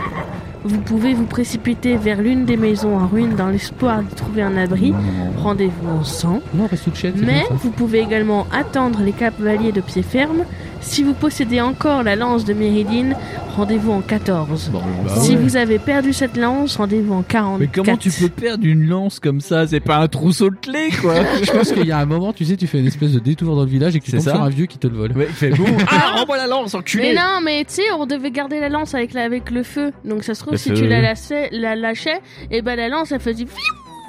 Vous pouvez vous précipiter vers l'une des maisons en ruine dans l'espoir d'y trouver un abri. Rendez-vous en sang.
Non, reste sous le chêne, c'est
Mais
comme ça.
vous pouvez également attendre les cavaliers de pied ferme. Si vous possédez encore la lance de Méridine, rendez-vous en 14.
Bon, bah,
si
ouais.
vous avez perdu cette lance, rendez-vous en 44.
Mais comment tu peux perdre une lance comme ça C'est pas un trousseau de clés, quoi
Je pense qu'il y a un moment, tu sais, tu fais une espèce de détour dans le village et que tu
C'est
tombes
ça
sur un vieux qui te le vole.
Ouais, il fait bon. Ah, rends-moi la lance, enculé
Mais non, mais tu sais, on devait garder la lance avec, la- avec le feu. Donc ça se trouve,
Le
si
feu,
tu la,
oui.
lâchais, la lâchais, et ben la lance, elle faisait...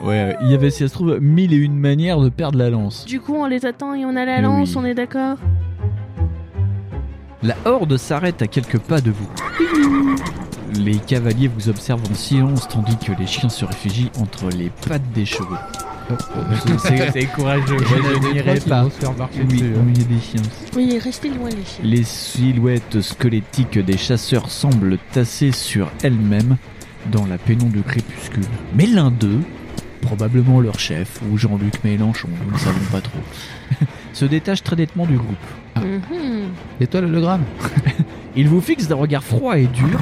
Ouais, ouais, il y avait, si ça se trouve, mille et une manières de perdre la lance.
Du coup, on les attend et on a la
Mais
lance,
oui.
on est d'accord
La horde s'arrête à quelques pas de vous. Les cavaliers vous observent en silence tandis que les chiens se réfugient entre les pattes des chevaux. C'est c'est courageux, je ne n'irai pas. Oui,
hein.
oui, les chiens.
Oui, restez loin les chiens.
Les silhouettes squelettiques des chasseurs semblent tassées sur elles-mêmes dans la pénombre du crépuscule. Mais l'un d'eux, probablement leur chef, ou Jean-Luc Mélenchon, nous ne savons pas trop, se détache très nettement du groupe.
Mhm.
Et toi, l'hologramme
Il vous fixe d'un regard froid et dur,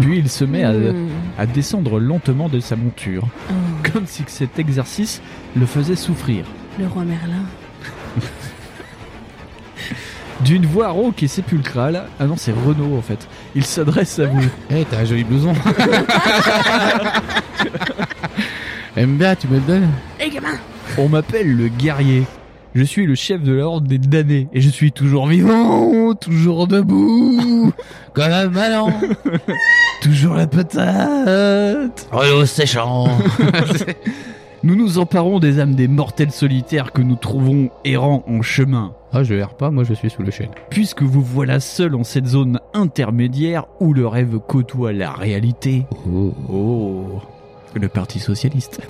puis il se met à,
Mhm.
à descendre lentement de sa monture,
Oh,
comme si cet exercice le faisait souffrir.
le roi Merlin.
D'une voix rauque et sépulcrale, ah non c'est Renaud en fait, il s'adresse à vous.
Eh, t'as un joli blouson. Aime bien, tu me le donnes
Eh gamin
On m'appelle le guerrier. Je suis le chef de la horde des damnés et je suis toujours vivant, toujours debout, comme un malin, toujours la patate.
Royaux séchant
Nous nous emparons des âmes des mortels solitaires que nous trouvons errants en chemin.
Ah, je erre pas, moi je suis sous le chêne.
Puisque vous voilà seul en cette zone intermédiaire où le rêve côtoie la réalité.
Oh,
Oh, le Parti Socialiste.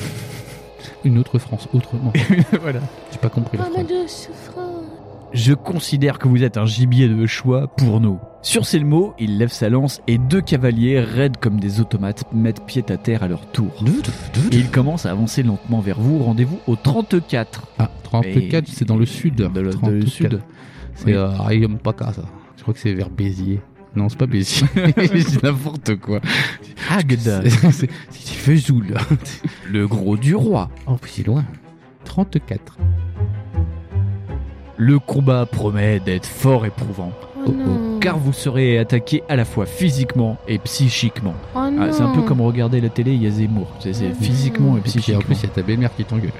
une autre France, autrement.
voilà.
J'ai pas compris la phrase.
de souffrance.
Je considère que vous êtes un gibier de choix pour nous. Sur ces mots, il lève sa lance et deux cavaliers, raides comme des automates, mettent pied à terre à leur tour. Et ils commencent à avancer lentement vers vous. Rendez-vous au 34.
Ah, 34,
Mais-
c'est dans le sud.
Dans le- dans le
34.
sud.
C'est
Oui.
euh, Rayompaca, ça. Je crois que c'est vers Béziers. Non, c'est pas Béziers. Je dis n'importe quoi.
Agda,
C'est- C'est c'est Vesoul.
le gros du roi.
Oh, puis c'est loin. 34.
Le combat promet d'être fort éprouvant,
Oh,
oh.
non.
car vous serez attaqué à la fois physiquement et psychiquement.
Oh,
Ah, c'est un peu
non.
comme regarder la télé, il y a Zemmour. C'est- C'est physiquement et
Et puis
psychiquement.
en plus, il y a ta belle-mère qui t'engueule.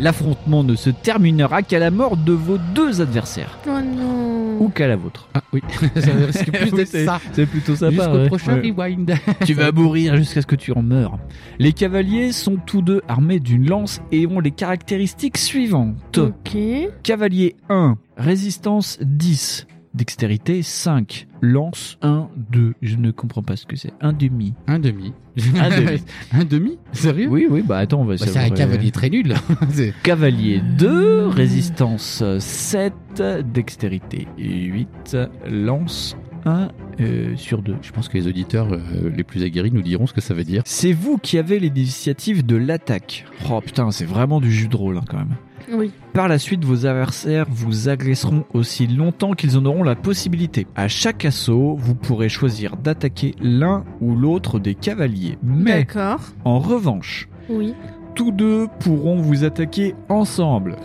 L'affrontement ne se terminera qu'à la mort de vos deux adversaires,
Oh non.
ou qu'à la vôtre.
Ah oui, ça risque plus
Oui,
d'être ça.
C'est plutôt
Jusqu'au prochain rewind.
Tu vas mourir jusqu'à ce que tu en meures. Les cavaliers sont tous deux armés d'une lance et ont les caractéristiques suivantes.
Mm.
Ok.
Cavalier 1, résistance 10, dextérité 5, lance 1, 2. Je ne comprends pas ce que c'est. Un demi.
Un demi.
Un demi.
Un demi Sérieux
Oui, oui, bah attends, on va
Mm. Bah, C'est un
savoir, euh,
cavalier très nul. C'est-
Cavalier 2, résistance 7, dextérité 8, lance 1 euh, sur 2.
Je pense que les auditeurs euh, les plus aguerris nous diront ce que ça veut dire.
C'est vous qui avez l'initiative de l'attaque. Oh putain, c'est vraiment du jus de rôle hein, quand même.
Oui.
Par la suite, vos adversaires vous agresseront aussi longtemps qu'ils en auront la possibilité. À chaque assaut, vous pourrez choisir d'attaquer l'un ou l'autre des cavaliers. Mais
D'accord.
en revanche,
Oui.
tous deux pourront vous attaquer ensemble.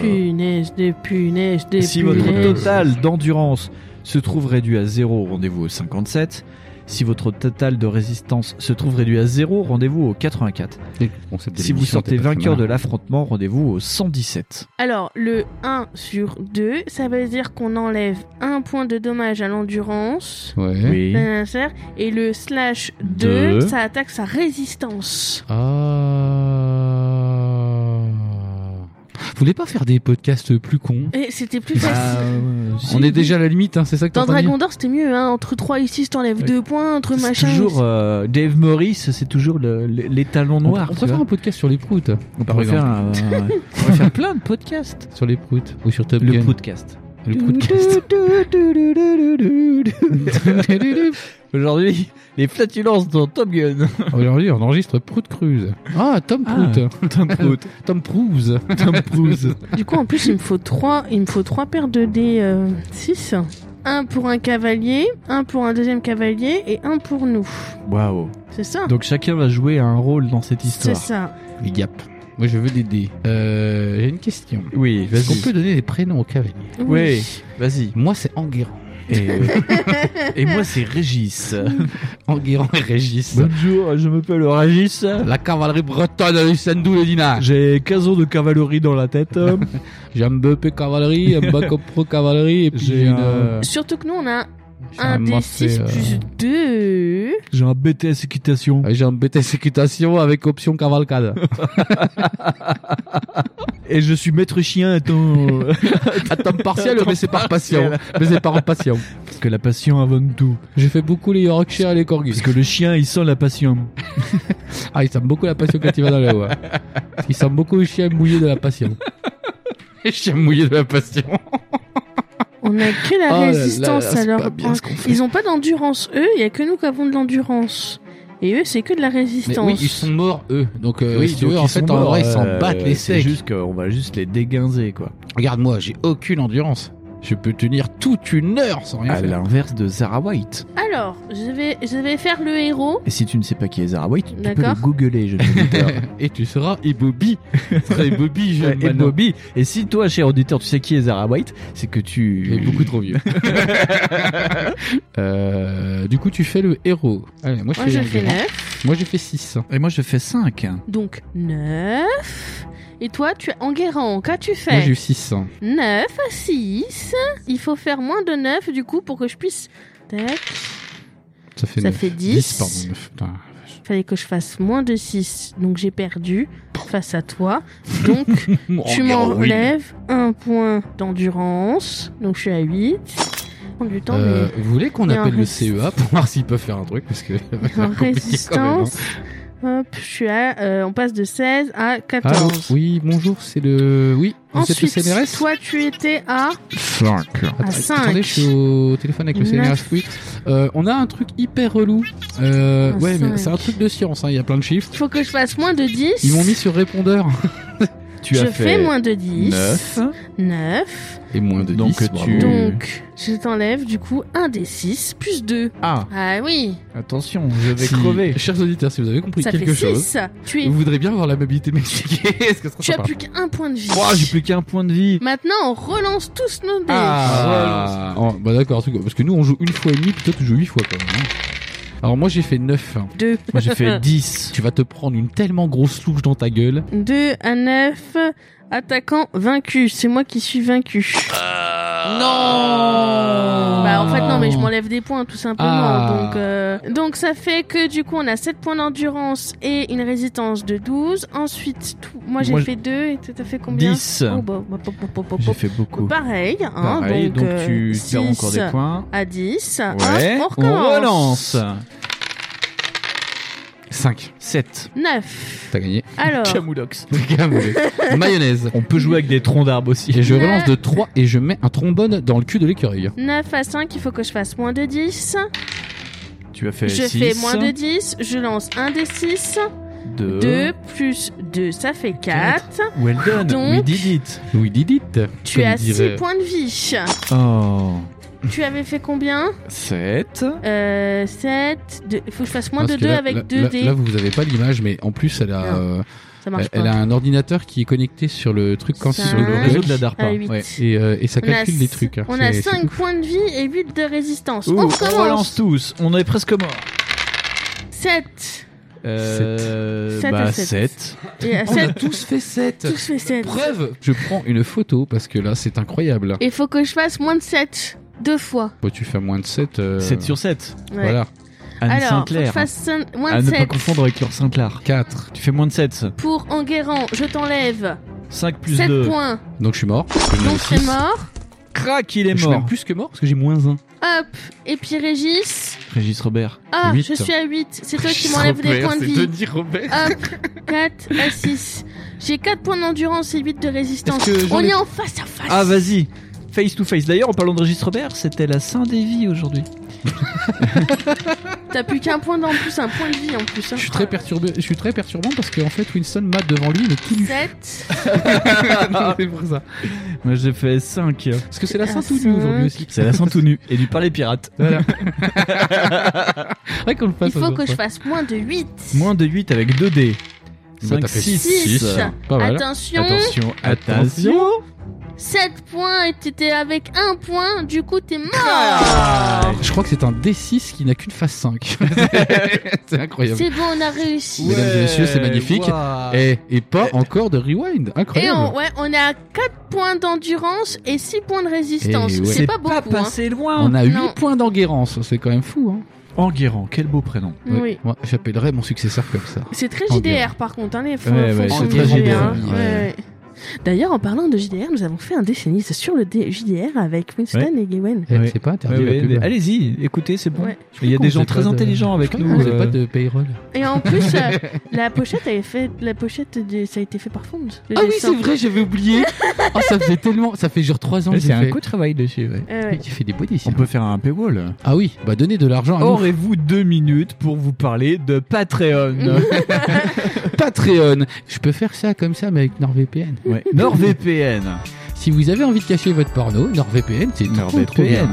Punaise de punaise de
Euh. Si votre
punaise.
total d'endurance se trouve réduit à 0, rendez-vous au 57. Si votre total de résistance se trouve réduit à 0, rendez-vous au 84.
C'est le concept de
Si vous
l'émission,
sortez
t'es pas très
vainqueur de
malin.
l'affrontement, rendez-vous au 117.
Alors, le 1 sur 2, ça veut dire qu'on enlève un point de dommage à l'endurance.
Ouais.
Oui.
Euh, Nanananar. Et le slash 2,
Deux.
ça attaque sa résistance.
Ah. Vous voulez pas faire des podcasts plus cons
Et c'était plus
Bah
facile.
Ah,
On est déjà à la limite, hein, c'est ça que
Dans
t'entends dire
Dragon d'Or, c'était mieux. Hein. Entre 3 et 6, t'enlèves
Ouais.
2 points. Entre
C'est
machin.
toujours euh, Dave Morris, c'est toujours le- le- les talons
On-
noirs.
On,
tu
peut faire
vois.
un podcast sur les proutes.
On
par
pourrait faire, un- on pourrait faire plein de podcasts.
Sur les proutes. Ou sur Top
Le
Gun.
podcast.
Le podcast.
Aujourd'hui, les flatulences dans Top Gun.
Aujourd'hui, on enregistre Prout Cruise. Ah, Tom
Ah.
Prout.
Tom Cruise.
Tom Cruise.
Tom Cruise.
Du coup, en plus, il me faut 3, il me faut 3 paires de dés 6. Un pour un cavalier, un pour un deuxième cavalier et un pour nous.
Waouh.
C'est ça
Donc chacun va jouer un rôle dans cette
C'est
histoire.
ça.
Les gaps. Moi, je veux des dés. Euh, J'ai une question.
Oui,
Est-ce qu'on
vas-y.
peut donner des prénoms aux cavaliers
Oui.
Oui, vas-y.
Moi, c'est Enguerrand.
Et, euh, et moi, c'est Régis.
Enguerrand et Régis.
Bonjour, je m'appelle Régis.
La cavalerie bretonne de Sendou le Dina.
J'ai 15 ans de cavalerie dans la tête.
J'ai un BP cavalerie, un Bac Pro cavalerie, et puis
J'ai
j'ai une.
un-
euh,
Surtout que nous, on a
j'ai
un des
moi,
6
c'est, euh,
plus 2.
J'ai un BTS équitation.
ah, J'ai un BTS équitation avec option cavalcade.
Et je suis maître chien à temps,
À temps partiel,
Temps
mais c'est par passion.
partiel.
Mais c'est par passion.
Parce que la passion avant tout.
J'ai fait beaucoup les Yorkshire et les Corgis.
Parce que le chien, il sent la passion.
Ah, ils sentent beaucoup la passion quand il va dans l'eau. ouais. Ils sentent beaucoup le chien mouillé de la passion. Les chiens mouillés de la passion.
On a que la
Oh là là,
résistance
c'est
alors.
pas bien ce qu'on fait.
Ils n'ont pas d'endurance, eux. Il n'y a que nous qui avons de l'endurance. Et eux, c'est que de la
Mais
résistance.
oui, ils sont morts, eux. Donc, euh, si tu veux, en fait, en vrai, ils euh, s'en battent les
euh, C'est
secs.
juste qu'on va juste les déguinzer, quoi.
Regarde-moi, j'ai aucune endurance. Je peux tenir toute une heure sans rien
À
faire.
l'inverse de Zara White.
Alors, je vais, je vais faire le héros.
Et si tu ne sais pas qui est Zara White, tu peux
D'accord.
le googler, je te
Et tu seras et Bobby. Tu seras et Bobby, jeune
Et
Manon.
Bobby. Et si toi, cher auditeur, tu sais qui est Zara White, c'est que
Il est
tu.
beaucoup trop vieux. Euh, du coup, tu fais le héros. Allez, moi, je
Moi,
fais
je fais
Enguerrand.
9.
Moi, j'ai fait 6.
Et moi, je fais 5.
Donc, 9. Et toi, tu es Enguerrand. Qu'as-tu
Moi,
fait
j'ai eu hein. 600.
9, 6. Il faut faire moins de 9 du coup pour que je puisse. Tac.
Ça fait,
Ça
neuf.
fait 10.
10, pardon. neuf. Putain, la vache.
Fallait que je fasse moins de 6. Donc j'ai perdu face à toi. Donc
Oh,
tu m'enlèves un point d'endurance. Donc je suis à 8. Prends du temps,
Euh, vous voulez qu'on
mais en
appelle le
résist-
CEA pour voir s'ils peuvent faire un truc Parce que ça va
mais. En
être compliqué quand même, hein.
résistance. Hop, je suis à. euh, on passe de 16 à 14.
Allô Oui, bonjour, c'est Ah, le. Oui, vous
Ensuite,
êtes le CNRS
toi tu étais à.
5.
À cinq.
Attendez, je suis au téléphone avec le
Neuf.
CNRS, oui. Euh, on a un truc hyper relou. Euh,
À
ouais, mais
cinq.
c'est un truc de science, hein, il y a plein de chiffres.
Il faut que je fasse moins de 10.
Ils m'ont mis sur répondeur.
Tu
je
as fait
fais moins de 10.
9.
9.
Et moins de
Donc,
10.
tu-
bravo.
Donc, je t'enlève du coup un des 6 plus 2.
Ah,
Ah oui,
attention, je vais
Si-
crever.
Chers auditeurs, si vous avez compris
ça
quelque
fait
chose,
6. Tu, es-
vous voudrez bien voir l'amabilité mexicaine. Est-ce que ça
tu as
sympa
plus qu'un point de vie.
Oh, j'ai plus qu'un point de vie.
Maintenant, on relance tous nos dés.
Ah, Oh, bah d'accord, en tout cas, parce que nous on joue une fois et demie, puis toi tu joues huit fois quand même. hein. Alors moi j'ai fait 9.
2.
Moi, j'ai fait 10.
Tu vas te prendre une tellement grosse louche dans ta gueule.
2 à 9. Attaquant vaincu. C'est moi qui suis vaincu.
Oh.
Non
Oh. Bah en fait non mais je m'enlève des points tout simplement
Ah.
donc euh, donc ça fait que du coup on a 7 points d'endurance et une résistance de 12 ensuite tout- moi j'ai
Moi,
fait 2 et tout à fait combien
10.
Oh, bah, bah, bah, bah, bah, bah,
J'ai fait beaucoup.
Pareil, hein,
Pareil,
donc,
donc,
euh,
tu
six
perds encore des points.
à 10.
Ouais,
Hop, Ah, on
on
recommence.
relance.
5.
7.
9.
T'as gagné.
Alors,
Camoulox.
Camoulé. Mayonnaise.
On peut jouer avec des troncs d'arbres aussi.
Et je relance de 3 et je mets un trombone dans le cul de l'écureuil.
9 à 5, il faut que je fasse moins de 10.
Tu as fait
je
6.
fais moins de 10, je lance un des 6.
2.
2 plus 2, ça fait 4.
Well done.
Donc-
We did it.
We did it.
Tu as 6 points de vie.
Oh.
tu avais fait combien
7.
euh, 7. Il faut que je fasse moins de 2 avec 2
là,
dés.
Là, vous avez pas l'image, mais en plus, elle a,
Non,
euh,
ça
elle,
marche
elle a
pas.
un ordinateur qui est connecté sur le truc quand
Ça-
sur
Le
le
réseau de la DARPA.
À 8.
Ouais.
Et, euh, et ça
On a,
calcule des trucs. hein.
on a
C'est- c'est
5
ouf.
points de vie et 8 de résistance.
Ouh,
on recommence.
relance tous. On est presque mort.
7.
Euh,
Sept. Sept à
bah,
sept.
7.
Et à
On a
7,
tous fait 7.
tous les 7.
Preuve, je prends une photo parce que là, c'est incroyable.
Il faut que je fasse moins de 7. Deux fois.
Bon, tu fais moins de euh, 7.
7 sur 7.
Ouais.
Voilà.
Anne
Alors, faut que je
Sinclair.
fasse cin- moins
À
de
ne pas
7.
confondre avec Laure Sinclair.
4.
Tu fais moins de 7.
Pour Enguerrand, je t'enlève
5 plus
7
2.
points.
Donc, je suis mort. Je mets
Donc
six.
c'est mort.
Crac, il
Je
est
suis
mort.
même plus que mort parce que j'ai moins 1.
Hop. Et puis Régis.
Régis Robert.
Ah,
Huit.
je suis à 8. C'est toi qui m'enlèves des points de vie.
Robert.
Hop. 4 à 6. J'ai 4 points d'endurance et 8 de résistance.
Est-ce que j'en
On
ai-
est en face à face.
Ah, vas-y. Face to face. D'ailleurs, en parlant de Régis Robert, c'était la Saint-Dévie aujourd'hui.
T'as plus qu'un point d'en plus, un point de vie en plus. hein.
Je suis très perturbé. Je suis très perturbant parce qu'en fait, Winston m'a devant lui, mais tout nu.
7.
c'est pour ça.
Moi, j'ai fait 5.
Parce que c'est la
Ah,
Saint tout
cinq.
nu aujourd'hui aussi.
C'est la Saint-Tout nu. Et du parler pirate.
C'est vrai qu'on le
Il
passe.
faut que je fasse moins de 8.
Moins de 8 avec 2 dés.
Bah,
5,
t'as fait
6.
six.
Pas mal.
Attention.
Attention,
Attention.
attention.
7 points et t'étais avec 1 point, du coup t'es mort Ah,
Je crois que c'est un D6 qui n'a qu'une face 5. c'est incroyable.
C'est bon, on a réussi.
Ouais. Mesdames et messieurs, c'est magnifique.
waouh.
Et, et pas encore de rewind.
Et on,
Incroyable.
ouais, on a 4 points d'endurance et 6 points de résistance.
Et ouais.
C'est pas beaucoup. hein.
passé
On,
loin.
a 8
Non.
points d'enguerrance. C'est quand même fou. Hein.
Enguerrand, quel beau prénom.
hein. Oui.
Ouais. Moi, j'appellerais mon successeur comme ça.
C'est très
En
JDR par contre, hein, les faut-
Ouais,
faut
ouais,
qu'on
c'est
y
très
aille,
JDR,
hein.
ouais.
Ouais. D'ailleurs, en parlant de JDR, nous avons fait un déceniste sur le dé- JDR avec Winston et Gawain.
Eh,
Ouais.
C'est pas interdit.
Ouais, ouais,
la pub.
mais Allez-y, écoutez, c'est bon.
Ouais.
Il y a
qu'on
des gens
faisait pas
très
de-
intelligents avec
Nous,
nous.
on n'a
euh,
pas de payroll.
Et en plus, euh, la pochette avait fait, la pochette de- ça a été fait par Fond. le
Ah oui,
dessin.
c'est vrai, j'avais oublié. Ah, ça faisait tellement. Ça fait genre 3 ans que
Ouais, C'est
j'ai
un
fait.
coup de travail dessus. ouais.
Euh, ouais.
J'ai fait des beaux dessins.
On peut faire un paywall.
Ah oui, bah donnez de l'argent à
Aurez-vous deux minutes pour vous parler de Patreon
nous. Patreon. Je peux faire ça comme ça, mais avec NordVPN.
Ouais. NordVPN.
Si vous avez envie de cacher votre porno, NordVPN, c'est trop, trop bien.
NordVPN.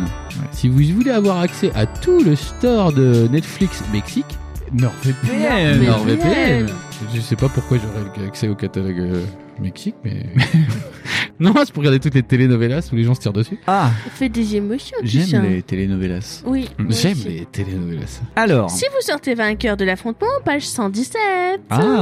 Si vous voulez avoir accès à tout le store de Netflix Mexique,
NordVPN.
NordVPN.
Je sais pas pourquoi j'aurais accès au catalogue euh, Mexique, mais Non, c'est pour regarder toutes les telenovelas où les gens se tirent dessus.
Ah,
Fais des émotions,
j'aime
Lucien.
les telenovelas.
Oui. moi
J'aime
aussi.
les telenovelas.
Alors.
Si vous sortez vainqueur de l'affrontement, page 117.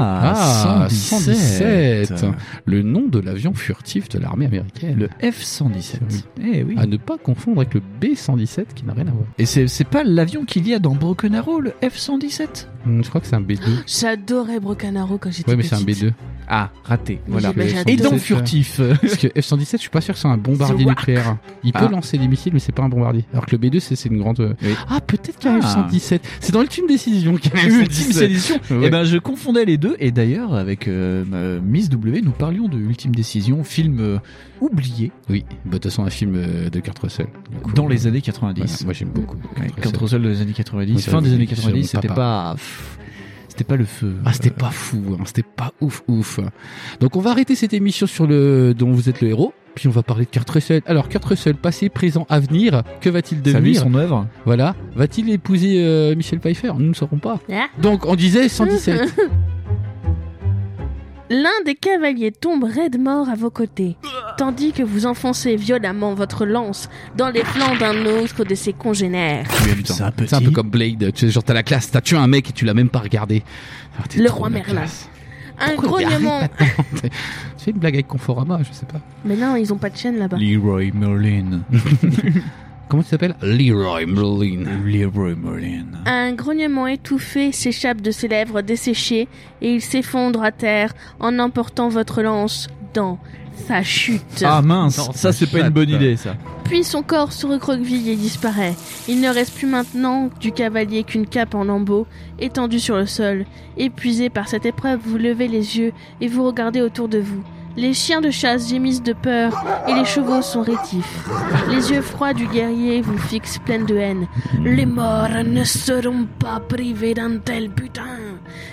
Ah,
Ah,
117.
117. Le nom de l'avion furtif de l'armée américaine.
Le F-117. Eh oui.
À ne pas confondre avec le B-117 qui n'a rien à voir.
Et c'est c'est pas l'avion qu'il y a dans Broken Arrow, le F-117
Hum, Je crois que c'est un B2.
J'adorais Brocanaro quand j'étais
Ouais, mais c'est Bah, un
petite.
B2.
Ah, raté.
Mais j'ai pas-
Et
Et
dans
donc
Furtif
Parce que F-117, je suis pas sûr que c'est un bombardier
The
nucléaire. Il peut
Ah.
lancer des missiles, mais c'est pas un bombardier. Alors que le B2, c'est c'est une grande. euh,
Oui.
Ah, peut-être qu'il y a un
Ah.
F-117. C'est dans l'ultime décision qu'il y a un
Ultime
F-117.
Sédition
Ouais.
Eh ben, je confondais les deux. Et d'ailleurs, avec euh, ma- Miss W, nous parlions de Ultime Décision, film euh, oublié
Oui, bah, de toute façon, un film euh, de Kurt Russell. Du coup,
dans les années
voilà,
90.
Moi, j'aime beaucoup. Kurt
Ouais,
Russell.
Kurt Russell dans les années 90.
Oui,
fin
c'est
des années
mon
90, c'était
papa.
pas... pff, C'était pas le feu.
Ah, c'était pas fou, hein, c'était pas ouf, ouf. Donc, on va arrêter cette émission sur le dont vous êtes le héros. Puis on va parler de Kurt Russell. Alors Kurt Russell, passé, présent, avenir, que va-t-il
de
devenir
son œuvre.
Voilà. Va-t-il épouser euh, Michel Pfeiffer Nous ne saurons pas.
Ah.
Donc on disait 117.
L'un des cavaliers tombe raide mort à vos côtés, tandis que vous enfoncez violemment votre lance dans les flancs d'un autre de ses congénères.
Putain,
C'est C'est un peu comme Blade. Tu sais, genre t'as la classe, t'as tué un mec et tu l'as même pas regardé. Ah, t'es
Le
trop
roi
la
Merlin.
classe.
Un
Pourquoi- mais
grognement.
arrête maintenant. tu fais une blague avec Conforama, je sais pas.
Mais non, ils ont pas de chaîne là-bas.
Leroy Merlin.
Comment tu t'appelles Leroy Merlin.
Leroy Merlin.
Un grognement étouffé s'échappe de ses lèvres desséchées et il s'effondre à terre en emportant votre lance dans sa chute.
Ah mince,
Non,
ça
ça
c'est pas une
chatte.
bonne idée ça.
Puis son corps se recroqueville et disparaît. Il ne reste plus maintenant du cavalier qu'une cape en lambeaux, étendue sur le sol. Épuisé par cette épreuve, vous levez les yeux et vous regardez autour de vous. Les chiens de chasse gémissent de peur et les chevaux sont rétifs. Les yeux froids du guerrier vous fixent pleins de haine. Les morts ne seront pas privés d'un tel butin,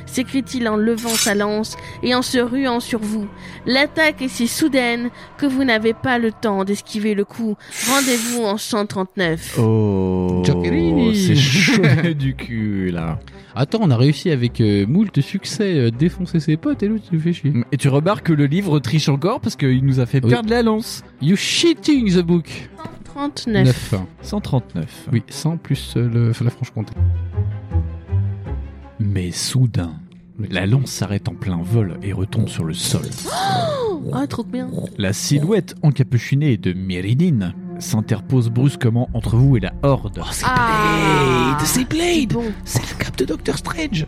s'écrie-t-il en levant sa lance et en se ruant sur vous. L'attaque est si soudaine que vous n'avez pas le temps d'esquiver le coup. Rendez-vous en 139.
Oh,
Giaccherini.
c'est chaud du cul là.
Attends, on a réussi avec euh, moult succès euh, défoncer ses potes et l'autre tu fais chier.
Et tu remarques que le livre triche encore parce qu'il nous a fait
Oui.
perdre la lance.
You shitting the book.
139.
139.
Oui, 100 plus euh, le, la Franche-Comté.
Mais soudain, la lance s'arrête en plein vol et retombe sur le sol.
Ah, trop bien.
Oh.
La silhouette encapuchinée de Méridine s'interpose brusquement entre vous et la horde. Oh, c'est
Ah. Blade, c'est
Blade
Bon.
C'est le cap de Doctor Strange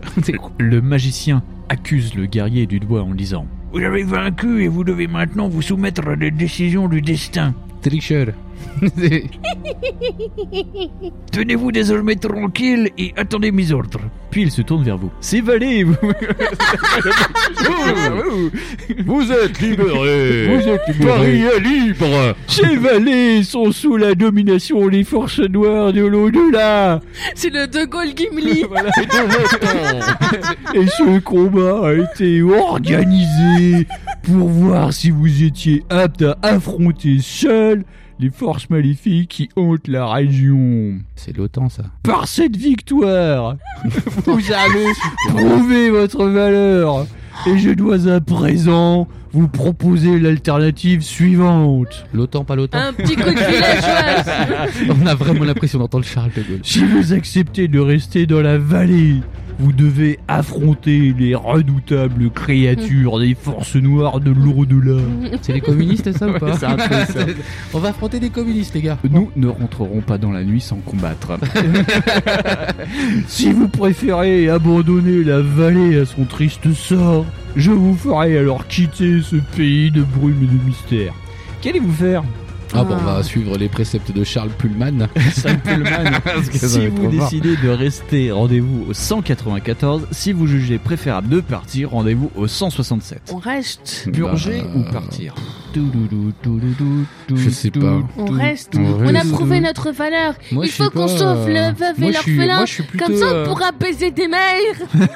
Le magicien accuse le guerrier du doigt en disant Vous avez vaincu et vous devez maintenant vous soumettre à des décisions du destin.
Tricheur.
Tenez-vous désormais tranquille et attendez mes ordres. Puis il se tourne vers vous. C'est valé, vous
Vous êtes libérés
êtes
est libre
Ces valets sont sous la domination des forces noires de l'au-delà
C'est le De Gaulle Gimli.
Et ce combat a été organisé pour voir si vous étiez apte à affronter seul les forces maléfiques qui hantent la région.
C'est l'OTAN, ça.
Par cette victoire, vous avez prouvé votre valeur. Et je dois à présent vous proposer l'alternative suivante.
L'OTAN, pas l'OTAN.
Un petit coup de villageoise.
On a vraiment l'impression d'entendre Charles de Gaulle.
Si vous acceptez de rester dans la vallée, vous devez affronter les redoutables créatures des forces noires de l'au-delà.
C'est les communistes, ça, ou pas
c'est un peu ça.
On va affronter des communistes, les gars.
Nous ne rentrerons pas dans la nuit sans combattre. si vous préférez abandonner la vallée à son triste sort, je vous ferai alors quitter ce pays de brume et de mystère. Qu'allez-vous faire
Ah, bon, on va suivre les préceptes de Charles
Mm.
Pullman. Charles Pullman.
Si vous décidez de rester, rendez-vous au 194. Si vous jugez préférable de partir, rendez-vous au 167.
On reste.
Purger
Bah,
ou partir
Je sais pas.
On reste.
On
On a
reste.
prouvé notre valeur.
Moi,
Il
je suis
faut qu'on
pas,
sauve
euh,
le veuve
moi,
et
je suis-
l'orphelin.
Moi, je suis plutôt.
Comme ça,
euh,
on pourra baiser des mères.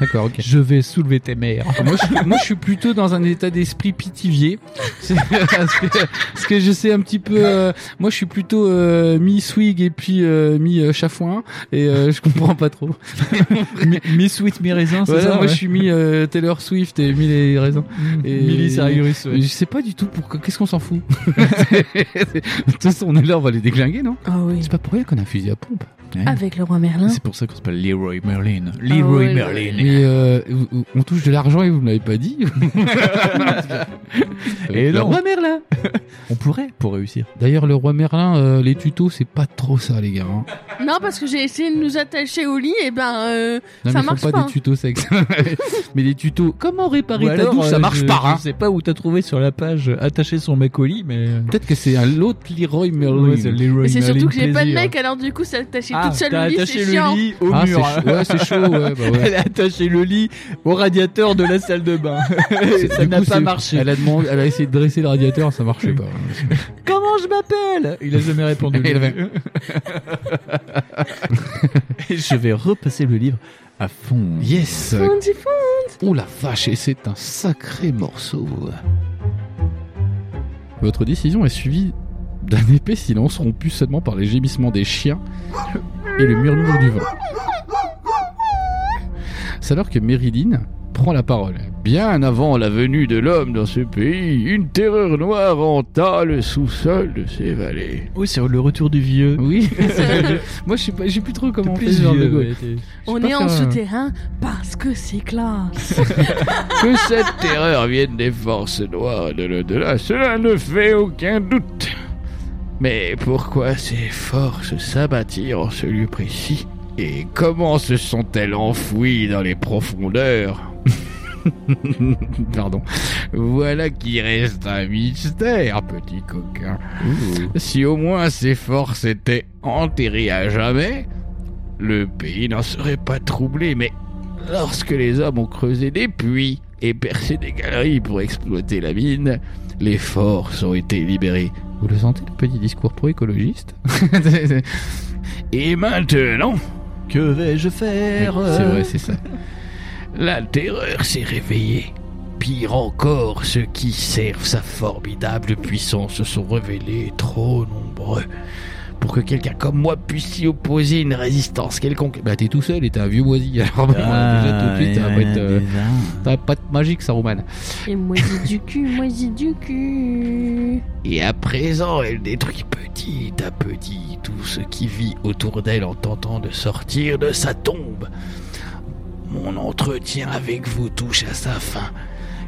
D'accord, ok.
Je vais soulever tes mères.
moi, je, moi, je suis plutôt dans un état d'esprit pitivier. C'est- parce, que, parce que je sais un petit peu. euh, moi, je suis plutôt euh, mi-swig et puis euh, mi-chafouin. Et euh, je comprends pas trop.
Mes sweet, mes raisins, c'est
Voilà,
ça Mm.
moi, je suis mi-Taylor Swift et mi-les raisins. Et-
Millie Cyrus.
Je sais pas du tout pour que- qu'est-ce qu'on s'en fout De toute façon, on est là, on va les déglinguer, non
Ah oui.
C'est pas pour rien qu'on a un fusil à pompe.
Avec le roi Merlin.
C'est pour ça qu'on s'appelle Leroy Merlin. Leroy
ouais,
Merlin.
Mais euh, on touche de l'argent et vous me l'avez pas dit.
Et
Le
non.
roi Merlin.
On pourrait, pour réussir.
D'ailleurs, le roi Merlin, euh, les tutos, c'est pas trop ça, les gars. hein.
Non, parce que j'ai essayé de nous attacher au lit, et ben. euh,
Non,
Ça
mais ils font
marche
pas,
pas.
des tutos sexe. mais les tutos, comment réparer
Ou
ta
alors,
douche, ça
euh,
marche
je-
pas. hein.
Je sais pas où t'as trouvé sur la page euh, attacher son mec au lit, mais.
Peut-être que c'est un autre Leroy Merlin.
Ouais, c'est Leroy
mais c'est surtout
Merlin
que j'ai pas de
plaisir.
mec, alors du coup, s'attacher
Ah,
toute seule
t'as
au lit,
attaché
c'est
le
chiant.
lit au
ah, c'est
mur. hein.
chaud. Ouais, c'est chaud. Ouais, bah ouais.
Elle a attaché le lit au radiateur de la salle de bain. Et ça
Du
n'a
coup,
pas
c'est-
marché.
Elle a, demandé, elle a essayé de dresser le radiateur, ça marchait pas.
Comment je m'appelle Il a jamais répondu.
Il avait-
Et je vais repasser le livre à fond.
Yes
Comment on dit fou
Oh la vache, et c'est un sacré morceau Votre décision est suivie d'un épais silence rompu seulement par les gémissements des chiens et le murmure du vent. C'est alors que Méridine prend la parole. Bien avant la venue de l'homme dans ce pays, une terreur noire hanta le sous-sol de ces vallées.
Oui, Oh, sur le retour du vieux.
Oui, moi je sais pas, j'ai plus trop comment on fait ce genre de go- Je sais
On
pas
est en
faire un-
souterrain parce que c'est classe.
Que cette terreur vienne des forces noires de l'au-delà, cela ne fait aucun doute. Mais pourquoi ces forces s'abattirent en ce lieu précis Et comment se sont-elles enfouies dans les profondeurs Pardon. Voilà qui reste un mystère, petit coquin. Si au moins ces forces étaient enterrées à jamais, le pays n'en serait pas troublé, mais Lorsque les hommes ont creusé des puits et percé des galeries pour exploiter la mine, les forces ont été libérées. Vous le sentez, le petit discours pro-écologiste Et maintenant,
Que vais-je faire
c'est vrai, c'est ça. La terreur s'est réveillée. Pire encore, ceux qui servent sa formidable puissance se sont révélés trop nombreux. Pour que quelqu'un comme moi puisse s'y opposer une résistance quelconque. Bah, t'es tout seul et t'es un vieux moisi. Alors, bon, déjà, tout de suite, ça va pas être, euh, ça va pas être magique, Saruman.
Et moisi du cul, moisi du cul.
Et à présent, elle détruit petit à petit tout ce qui vit autour d'elle en tentant de sortir de sa tombe. Mon entretien avec vous touche à sa fin,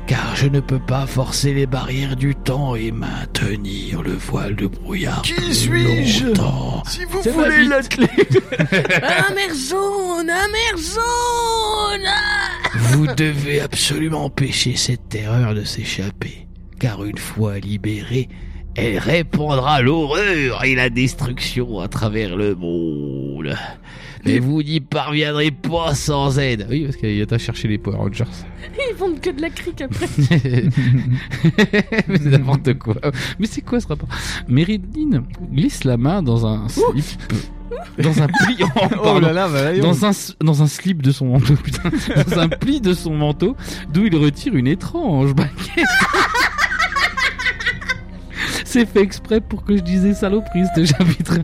car je ne peux pas forcer les barrières du temps et maintenir le voile de brouillard.
Qui
plus
suis-je
longtemps.
Si vous
C'est ma
voulez
bite.
la clé
Un mer jaune, un mer jaune. Ah,
Vous devez absolument empêcher cette terreur de s'échapper, car une fois libérée, elle répandra l'horreur et la destruction à travers le monde. Mais vous n'y parviendrez pas sans aide. Oui, parce qu'il a cherché les Power Rangers.
Ils vendent que de la crique après.
Mais c'est n'importe quoi. Mais c'est quoi ce rapport Méridine glisse la main dans un slip. Dans un pli. Oh,
Oh
pardon
là là, bah, là,
dans un, dans un slip de son manteau, putain, dans un pli de son manteau, d'où il retire une étrange baguette. C'est fait exprès pour que je disais saloperie ce chapitre.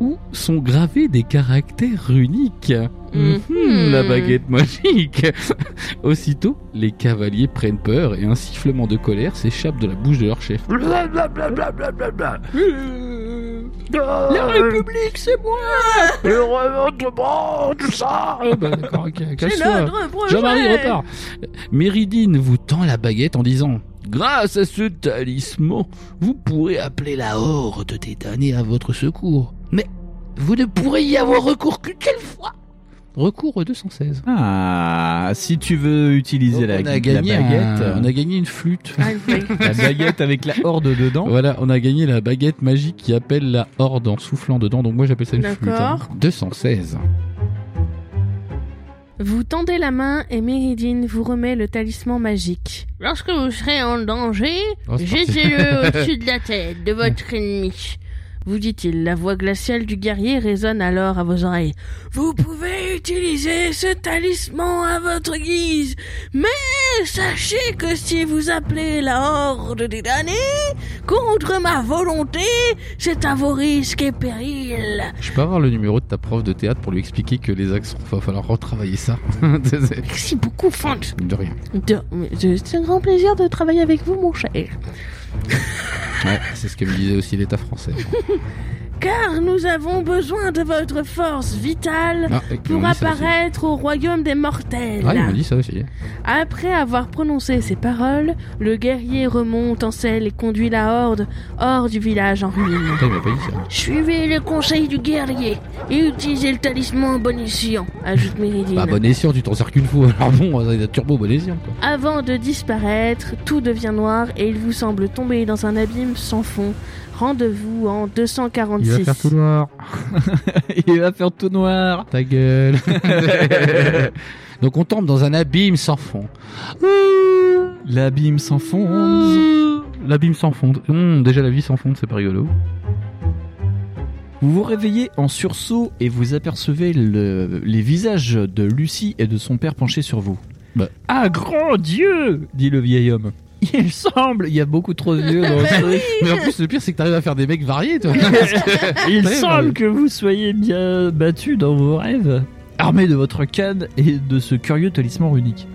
Où sont gravés des caractères uniques.
Mhm.
Mhm, la baguette magique. Aussitôt, les cavaliers prennent peur et un sifflement de colère s'échappe de la bouche de leur chef. Blablabla.
La République, c'est moi.
Le remontement, tout ça Ah bah d'accord, ok,
C'est
calme-toi
notre projet.
Jean-Marie, repars Méridine vous tend la baguette en disant « Grâce à ce talisman, vous pourrez appeler la horde des damnés à votre secours. Mais vous ne pourrez y avoir recours qu'une seule fois !» Recours au 216.
Ah, si tu veux utiliser la,
Donc, on,
la
a gagné hein.
baguette,
un- on a gagné une flûte.
Ah, oui.
la baguette avec la horde dedans.
Voilà, on a gagné la baguette magique qui appelle la horde en soufflant dedans, donc moi j'appelle ça une flûte. hein.
D'accord.
216.
Vous tendez la main et Méridine vous remet le talisman magique. Lorsque vous serez en danger,
Oh, c'est parti.
jetez-le au-dessus de la tête de votre ennemi. vous dit-il. La voix glaciale du guerrier résonne alors à vos oreilles. Vous pouvez utiliser ce talisman à votre guise, mais sachez que si vous appelez la Horde des damnés contre ma volonté, c'est à vos risques et périls.
Je peux avoir le numéro de ta prof de théâtre pour lui expliquer que les accents, va falloir retravailler ça.
Merci beaucoup, Franck.
de rien.
De- mais je- C'est un grand plaisir de travailler avec vous, mon cher.
Ouais, c'est ce que me disait aussi l'État français.
Car nous avons besoin de votre force vitale
Ah, et ils
pour
m'ont dit ça aussi.
apparaître au royaume des mortels.
Ah, il m'a dit ça aussi.
Après avoir prononcé ces paroles, le guerrier remonte en selle et conduit la horde hors du village en ruine.
Putain, il m'a pas dit ça.
Suivez les conseils du guerrier et utilisez le talisman bon escient, ajoute Méridine.
Bah, bon escient, tu t'en sers qu'une fois. Alors bon, euh, il a turbo bon escient, quoi.
Avant de disparaître, tout devient noir et il vous semble tomber dans un abîme sans fond. Rendez-vous en 246.
noir.
Il va faire tout noir.
Ta gueule. Donc on tombe dans un abîme sans fond.
L'abîme s'enfonce.
L'abîme sans fond. déjà la vie sans fond, c'est pas rigolo.
Vous vous réveillez en sursaut et vous apercevez le- les visages de Lucie et de son père penchés sur vous.
Bah.
Ah grand Dieu dit le vieil homme. Il semble, il y a beaucoup trop de vieux dans le truc.
Mais en plus, le pire, c'est que t'arrives à faire des mecs variés, toi. Parce que-
Il
Ouais,
semble
bah,
que vous soyez bien battu dans vos rêves, armé de votre canne et de ce curieux talisman unique.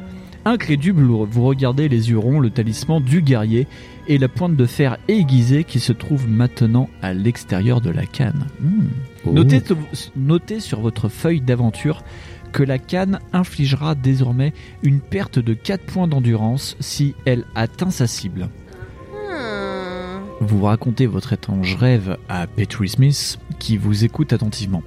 Incrédule, vous regardez les yeux ronds, le talisman du guerrier et la pointe de fer aiguisée qui se trouve maintenant à l'extérieur de la canne. Hmm.
Oh.
Notez, notez sur votre feuille d'aventure que la canne infligera désormais une perte de 4 points d'endurance si elle atteint sa cible.
Hmm.
Vous racontez votre étrange rêve à Petrie Smith, qui vous écoute attentivement.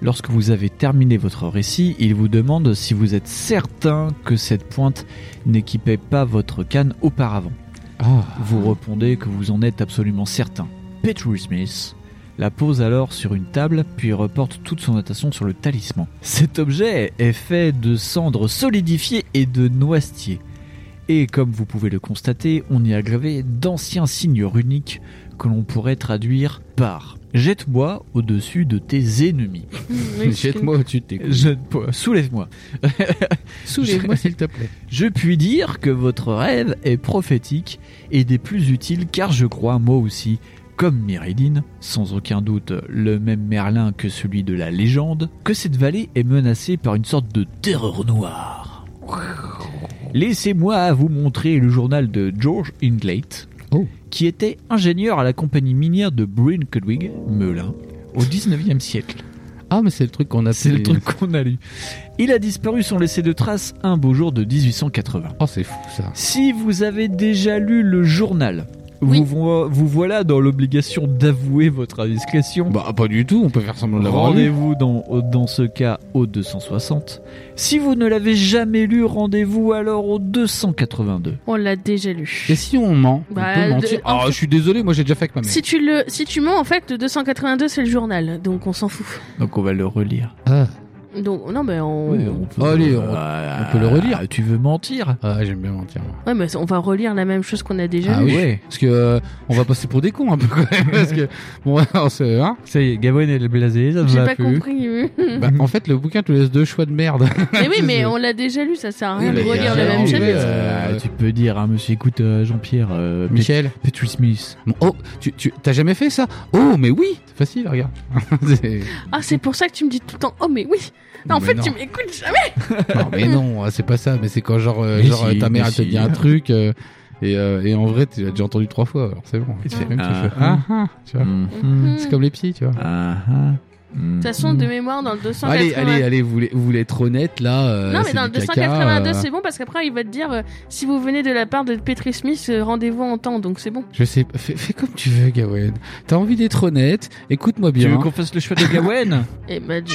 Lorsque vous avez terminé votre récit, il vous demande si vous êtes certain que cette pointe n'équipait pas votre canne auparavant.
Ah.
Vous répondez que vous en êtes absolument certain. Petrie Smith la pose alors sur une table, puis reporte toute son attention sur le talisman. Cet objet est fait de cendres solidifiées et de noisetiers. Et comme vous pouvez le constater, on y a gravé d'anciens signes runiques que l'on pourrait traduire par Jette-moi au-dessus de tes ennemis.
Jette-moi au-dessus de tes couilles.
Jette-moi, soulève-moi.
Soulève-moi, s'il te plaît.
Je puis dire que votre rêve est prophétique et des plus utiles car je crois, moi aussi, comme Myridine, sans aucun doute le même Merlin que celui de la légende, que cette vallée est menacée par une sorte de terreur noire. Laissez-moi vous montrer le journal de George Inglate,
Oh.
qui était ingénieur à la compagnie minière de Bryn Cudwig, Melun, au 19e siècle.
Ah, mais c'est le truc qu'on a
C'est le
fait-
truc qu'on a lu. Il a disparu sans laisser de traces un beau jour de 1880.
Oh, c'est fou, ça.
Si vous avez déjà lu le journal,
Oui.
vous, vo- vous voilà dans l'obligation d'avouer votre indiscrétion.
Bah, pas du tout, on peut faire semblant de l'avoir lu.
Rendez-vous dans, dans ce cas au 260. Si vous ne l'avez jamais lu, rendez-vous alors au 282.
On l'a déjà lu.
Et si on ment On
Bah,
peut
de-
mentir.
en
Ah,
fait-
je suis désolé, moi j'ai déjà fait avec ma mère.
Si tu le, si tu mens, en fait, le 282 c'est le journal, donc on s'en fout.
Donc on va le relire.
Ah,
Donc non, mais on.
peut- Allez, on-
Ah,
on peut le relire.
Tu veux mentir
ah, j'aime bien mentir. moi.
Ouais, mais on va relire la même chose qu'on a déjà
Ah
lu.
oui.
Ouais.
Parce que euh, on va passer pour des cons un peu quand même. Parce que bon, alors, c'est- hein
Ça y est, Gawain est blasé, ça ne
J'ai
va
pas
plus.
compris.
Bah, en fait, le bouquin te laisse deux choix de merde.
mais oui, mais on l'a déjà lu, ça sert à rien
Oui,
de
mais
relire
il
le
y a
même
un
chapitre.
anglais, euh,
tu peux dire, hein, monsieur, écoute, euh, Jean-Pierre, euh,
Michel,
Pet- Petrie Smith.
bon, oh, tu, tu t'as jamais fait ça Oh, mais oui, c'est facile, regarde. C'est-
Ah, c'est pour ça que tu me dis tout le temps. Oh, mais oui. Ah, en
Mais
fait,
non.
tu m'écoutes jamais.
Non, mais non, ah, c'est pas ça. Mais c'est quand genre, euh,
Mais
genre
si,
ta mère
mais
elle te
si.
dit un truc euh, et, euh, et en vrai tu l'as déjà entendu trois fois. Alors c'est bon.
Et tu
C'est
fais,
même, tu
ah,
fais, ah, ah, tu vois.
hum,
Mhm.
Hmm, C'est comme les pieds, tu vois.
Ah,
De toute façon, de mémoire, dans le
Allez,
282.
allez, allez, vous voulez, vous voulez être honnête là euh,
non, mais
c'est
dans le
du caca,
282,
euh,
c'est bon parce qu'après, il va te dire euh, si vous venez de la part de Petri Smith, euh, rendez-vous en temps, donc c'est bon.
Je sais, pas, fais, fais comme tu veux, Gawen. T'as envie d'être honnête, écoute-moi bien.
fasse le choix de Gawen
Et bah, du-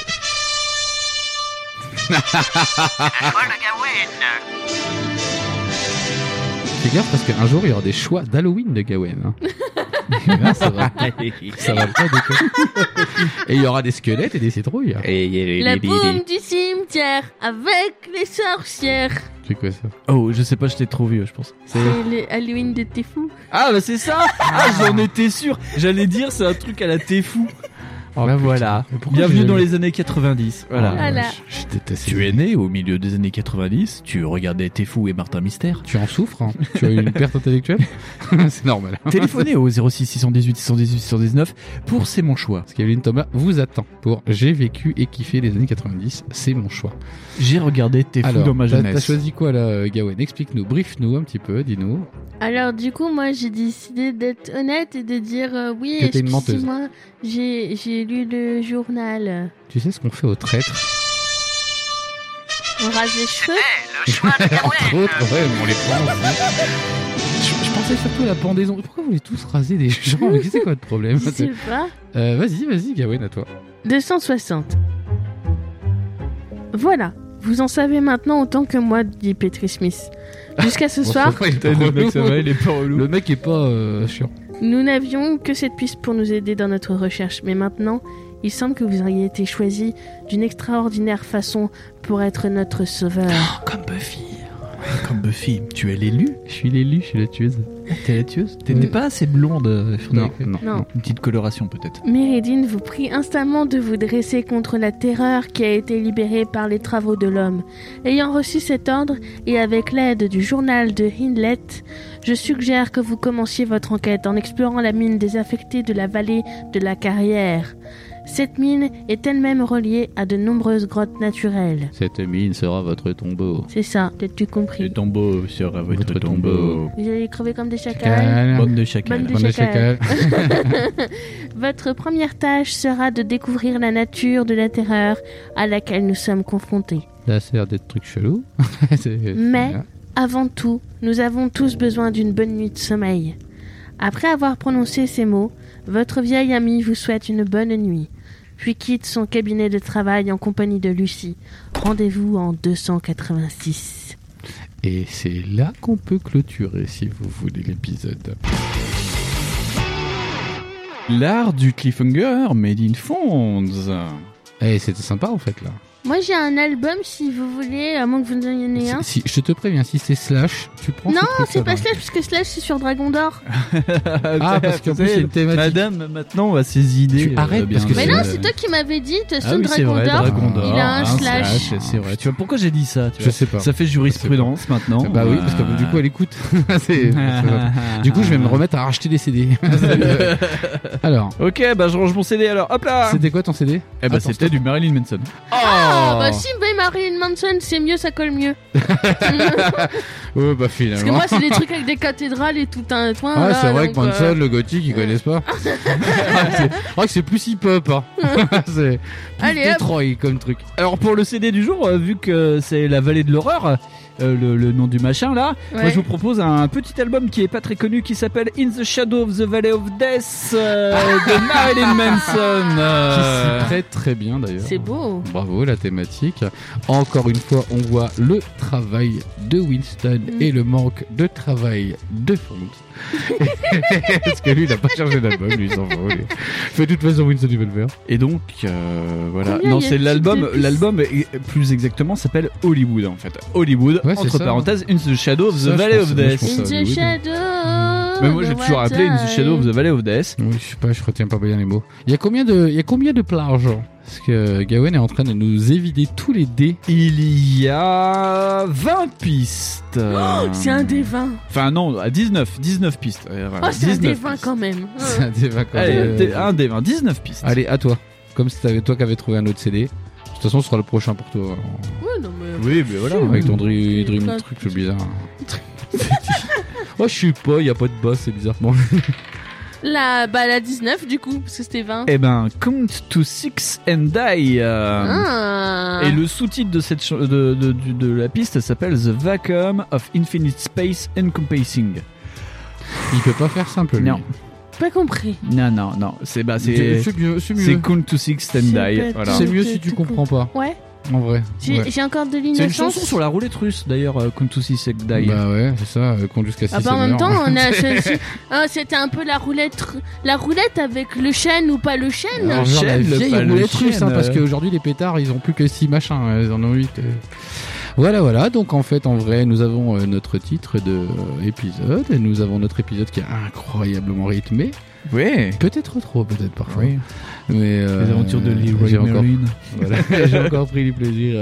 Fais gaffe parce qu'un jour il y aura des choix d'Halloween de Gawen. hein. Et là, ça, va, ça va pas déconner. Et il y aura des squelettes et des citrouilles.
la boum du cimetière avec les sorcières.
C'est quoi ça
Oh, je sais pas, je t'ai trop vieux, je pense.
C'est les Halloween de Tefou.
Ah, bah c'est ça Ah, j'en étais sûr J'allais dire, c'est un truc à la t'es fou.
Oh,
Bah
putain.
voilà.
Mais pourquoi
Bienvenue
j'ai-
dans les années 90. Voilà.
Ah,
Voilà.
Je, je déteste.
Tu es né au milieu des années 90, tu regardais T'es fou et Martin Mystère.
Tu en souffres hein Tu as eu une perte intellectuelle C'est normal.
Téléphonez au 06 618 618 619 pour C'est mon choix.
Parce qu'Evelyne Thomas vous attend pour J'ai vécu et kiffé les années 90, c'est mon choix.
J'ai regardé T'es fou
Alors,
dans ma
t'as- t'as
jeunesse.
choisi quoi là, euh, Gawain Explique-nous, brief-nous un petit peu, dis-nous.
Alors du coup, moi, j'ai décidé d'être honnête et de dire euh, oui.
Que t'es une
excuse-moi,
menteuse.
J'ai j'ai lu le journal.
Tu sais ce qu'on fait aux traîtres
On rase les cheveux.
le choix de
Entre autres, ouais, mais on les prend aussi. Je, je pensais surtout à la pendaison. Pourquoi vous voulez tous raser des gens Mais c'est quoi le problème
Je sais pas.
Euh, Vas-y, vas-y, Gawain, à toi.
260. Voilà, vous en savez maintenant autant que moi, dit Petri Smith. Jusqu'à ce soir,
Oh.
Le mec, ça va, il est pas relou.
Le mec est pas euh, chiant.
nous n'avions que cette piste pour nous aider dans notre recherche, mais maintenant, il semble que vous auriez été choisi d'une extraordinaire façon pour être notre sauveur.
Comme Buffy. Comme Buffy. Tu es l'élu Je suis l'élu, je suis la tueuse. T'es la tueuse T'étais
Ouais.
pas assez blonde. euh, faudrait
Non,
que-
Ah, non,
Non.
non.
Une petite coloration peut-être.
Méridine vous prie instamment de vous dresser contre la terreur qui a été libérée par les travaux de l'homme. Ayant reçu cet ordre et avec l'aide du journal de Hindlet, je suggère que vous commenciez votre enquête en explorant la mine désaffectée de la vallée de la carrière. Cette mine est elle-même reliée à de nombreuses grottes naturelles.
Cette mine sera votre tombeau.
C'est ça, peut-être tu compris.
tombeau sera
votre tombeau.
Vous allez crever comme des chacals.
Chacal.
Bonne de chacal.
Bonne de-
Bonne
chacal.
chacal.
Votre première tâche sera de découvrir la nature de la terreur à laquelle nous sommes confrontés.
Là, ça a l'air des trucs chelous. C'est-
Mais- Avant tout, nous avons tous besoin d'une bonne nuit de sommeil. Après avoir prononcé ces mots, votre vieil ami vous souhaite une bonne nuit, puis quitte son cabinet de travail en compagnie de Lucie. Rendez-vous en 286.
Et c'est là qu'on peut clôturer, si vous voulez, l'épisode.
L'art du cliffhanger made in Fonds.
Eh, c'était sympa en fait là.
Moi j'ai un album si vous voulez, à moins que vous me donniez un.
Si, si- je te préviens, si c'est hein. slash, tu prends.
hein. Non,
ce truc-là
c'est
dans
pas
la-
Slash, parce que Slash c'est sur Dragon d'Or.
Ah, parce qu'en plus, c'est une thématique.
Madame, maintenant, a ses idées. euh,
Tu arrêtes, parce que
Mais
C'est
non,
vrai.
c'est toi qui m'avais dit, te
Ah
sur
oui, c'est
Dragon
vrai,
d'Or.
Dragon d'Or.
il a un slash.
C'est vrai. Tu vois pourquoi j'ai dit ça tu
Je
vois
sais pas.
Ça fait jurisprudence maintenant. Ah.
Bah oui, parce que du coup, elle écoute. C'est- du coup, je vais me remettre à racheter des CD. Alors,
Ok, bah je range mon CD alors. Hop là
c'était quoi ton CD
Eh bah
Attends,
c'était du Marilyn Manson.
Ah, bah si, mais Marilyn Manson, c'est mieux, ça colle mieux.
Ouais, bah
Parce que
finalement.
moi, c'est des trucs avec des cathédrales et tout un toit.
Ouais,
là,
c'est vrai
donc,
que Manson,
euh,
le gothique, ils connaissent pas. Ah, c'est vrai que c'est plus hip-hop. Hein. c'est plus
Allez, hop.
Detroit comme truc.
Alors pour le CD du jour, euh, vu que c'est la vallée de l'horreur, euh, le, le nom du machin là, moi
Ouais.
je vous propose un petit album qui est pas très connu qui s'appelle In the Shadow of the Valley of Death euh, de Marilyn Manson. euh.
Qui s'y prête très bien d'ailleurs.
C'est beau.
Bravo la thématique. Encore une fois, on voit le travail de Winston
Mm.
et le manque de travail de Fonz. Parce que lui, il n'a pas chargé d'album, lui, il s'en fout. lui. Mais de toute façon, Winston, il va le faire.
Et donc euh, voilà,
Combien
non
y a
c'est
de
l'album,
petites épices
l'album est- plus exactement s'appelle Hollywood en fait. Hollywood
Ouais, c'est
entre
ça.
parenthèses In the Shadow of the
Ça, je
Valley
pense-
of
moi, je
Death.
pense-
In
ça,
the
mais oui,
shadow.
hein. Mais moi j'ai
the
toujours appelé In the
water.
Shadow of the Valley of Death.
Oui, je sais pas, je retiens pas bien les mots. Il y a combien de, il y a combien de plages hein Parce que Gawain est en train de nous évider tous les dés.
Il y a 20 pistes.
Oh, C'est un des 20.
Enfin non, à 19, 19 pistes.
Oh,
Euh, voilà,
c'est un des
19
20
pistes.
quand même.
C'est un débat quand
Allez,
même.
t'es- un des 20, 19 pistes.
Allez, à toi. Comme si t'avais toi qui avais trouvé un autre CD. De toute façon, ce sera le prochain pour toi. hein.
Ouais, non, mais. euh,
Oui, mais voilà.
Avec ton dream,
C'est
dream
Mmh. pas-
truc, c'est bizarre. oh, je suis pas, y a pas de boss, c'est bizarre. Bon,
La, bah, la 19 du coup, parce que c'était 20.
Eh ben, Count to Six and Die. euh,
Ah.
Et le sous-titre de, cette ch- de, de, de- de la piste s'appelle The Vacuum of Infinite Space Encompassing.
il peut pas faire simple. Lui.
Non.
Pas compris.
Non, non, non. C'est bah,
c'est
c'est
c'est mieux. C'est
c'est
mieux.
Count to Six and
C'est
Die.
pas-
Voilà.
C'est mieux si tu comprends pas,
Ouais.
en vrai.
J'ai
Ouais.
j'ai encore de
C'est une
l'innocence.
chanson sur la roulette russe d'ailleurs, euh, Count to Six and Die.
Bah ouais, c'est ça, euh, conduit jusqu'à 6
Ah bah en même temps,
hein.
on a celle-ci. Ah, c'était un peu la roulette, la roulette avec le chêne ou pas le chêne.
Alors, genre la
Ah, Chaîne, le
vieille
pas le
roulette russe, hein,
chêne,
parce
euh.
hein, qu'aujourd'hui les pétards ils ont plus que 6 machins, euh, ils en ont 8. Voilà, voilà. Donc en fait, en vrai, nous avons euh, notre titre de euh, épisode et nous avons notre épisode qui est incroyablement rythmé.
Ouais.
Peut-être trop, peut-être parfois. Mais euh,
Les aventures de
j'ai
Leroy
encore,
Merlin.
voilà, j'ai encore pris du plaisir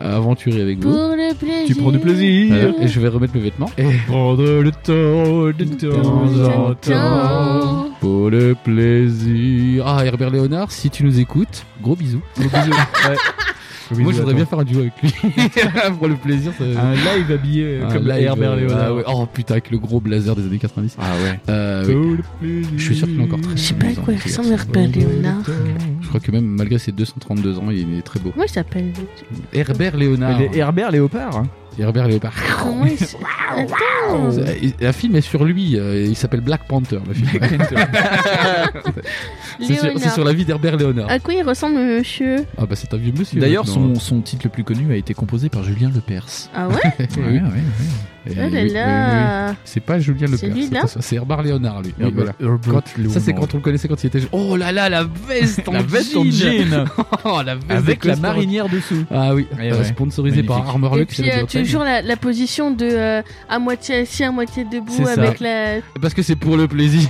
à, à- à aventurer avec vous.
Pour le plaisir.
Tu prends du plaisir.
Voilà. et je vais remettre mes vêtements. Et
Prendre le temps de temps en temps.
pour le plaisir. Ah, Herbert Léonard, si tu nous écoutes, gros bisous.
Gros bisous. Ouais. Gros
Moi,
bisous
je voudrais
à
bien faire un duo avec lui. pour le plaisir, ça...
toi. Un live habillé euh,
un
Ah comme
live,
Herbert
euh,
Léonard.
ah ouais. Oh putain, avec le gros blazer des années 90.
Ah ouais.
Euh, oui. Je suis sûr qu'il est encore très
Je sais pas à quoi il ressemble Herbert Léonard.
Je crois que même malgré ses 232 ans, il est très beau.
Comment il s'appelle
bah, Herbert Léonard.
Les Herbert Léopard. hein.
Herbert Léopard.
Comment il s- Attends.
La film est sur lui. euh, Il s'appelle Black Panther. le film. C'est sur, c'est
Léonard.
sur la vie d'Herbert Léonard.
À quoi il ressemble monsieur
Ah bah c'est un vieux monsieur.
D'ailleurs,
maintenant.
son, son titre le plus connu a été composé par Julien Lepers.
Ah ouais
Eh oui. Eh
Oh là
oui, oui, oui.
eh
là
C'est pas Julien
C'est
Lepers.
lui, là
attention, C'est Herbert Léonard
Ah,
lui.
bah,
Oui, voilà.
Quand-
Ça c'est quand on le connaissait quand il était jeune. Oh là là la veste en
La veste en jean.
Oh, la veste
Avec
de
la
Cosmo.
marinière dessous.
Ah oui,
Eh
euh,
ouais.
sponsorisé par
Magnifique.
Armor
Et
Lux.
puis
la
euh,
Bretagne.
toujours la, la position de euh, à moitié assis, à moitié
C'est
debout
ça.
avec la.
Parce que c'est pour le plaisir.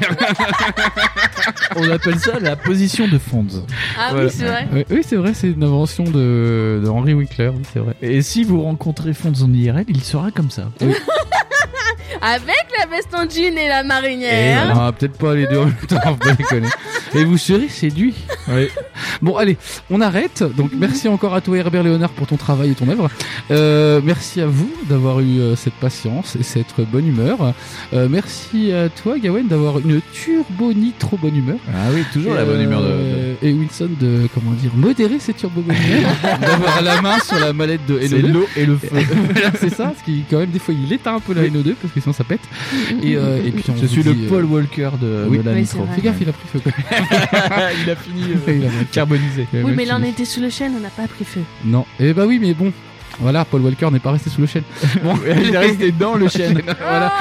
On appelle ça la position de Fonz.
Ah
Voilà.
oui, c'est vrai.
Oui, oui, c'est vrai, c'est une invention de, de Henry Winkler, oui, c'est vrai.
Et si vous rencontrez Fonz en IRL, il sera comme ça.
Avec la veste en jean et la
Eh
Et
marinière.
non, peut-être pas les deux en même temps, faut pas déconner. Et vous serez séduit. Bon, allez, on arrête. Donc, merci encore à toi, Herbert Léonard, pour ton travail et ton œuvre. Euh, merci à vous d'avoir eu euh, cette patience et cette bonne humeur. Euh, merci à toi, Gawain, d'avoir une turbo nitro bonne humeur.
Ah oui, toujours
Euh, Et Winston de, comment dire, modérer cette turbo bonne humeur. d'avoir la main sur la mallette de
C'est
NO2.
l'eau et le feu.
Voilà, c'est ça, parce qu'il quand même des fois il éteint un peu la NO2 parce que sinon ça pète. Et, euh, et puis on
Je
vous
suis
dit,
le
euh,
Paul Walker de,
oui.
de la
Oui,
nitro.
c'est vrai.
Fais gaffe, il a pris feu.
il a fini euh,
Il a mal-
carbonisé.
Oui, mais là on était sous le chêne, on n'a pas pris feu.
Non. Eh bah oui, mais bon. Voilà, Paul Walker n'est pas resté sous le chêne. Bon,
Il est resté dans le chêne.
voilà.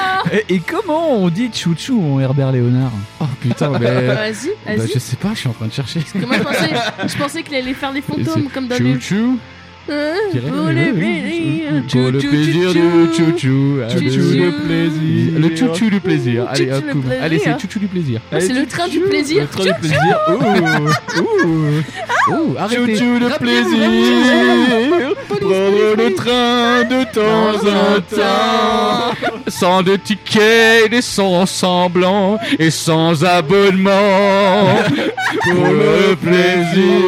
Et, et comment on dit chouchou en Herbert Léonard
Oh putain, mais. bah,
Vas-y, vas-y.
je sais pas, je suis en train de chercher.
Parce que moi je pensais, je pensais qu'il allait faire des fantômes comme dans le.
Chouchou.
Euh,
dirais-
Pour
oui,
le
oui, euh,
plaisir.
Pour le
Chou, chou,
plaisir
chou,
du
chou.
chouchou. Ah,
Chouchou.
le-
plaisir.
Le chouchou du plaisir. Allez,
Chouchou
un
du
coup.
plaisir.
Allez, c'est chouchou du plaisir.
Ah, C'est le train du plaisir.
Le train du plaisir. Ouh, ouh.
Oh, arrêtez.
Chouchou le plaisir. Prendre le train de temps en temps.
Sans de tickets, des sans semblants et sans abonnement.
Pour le plaisir.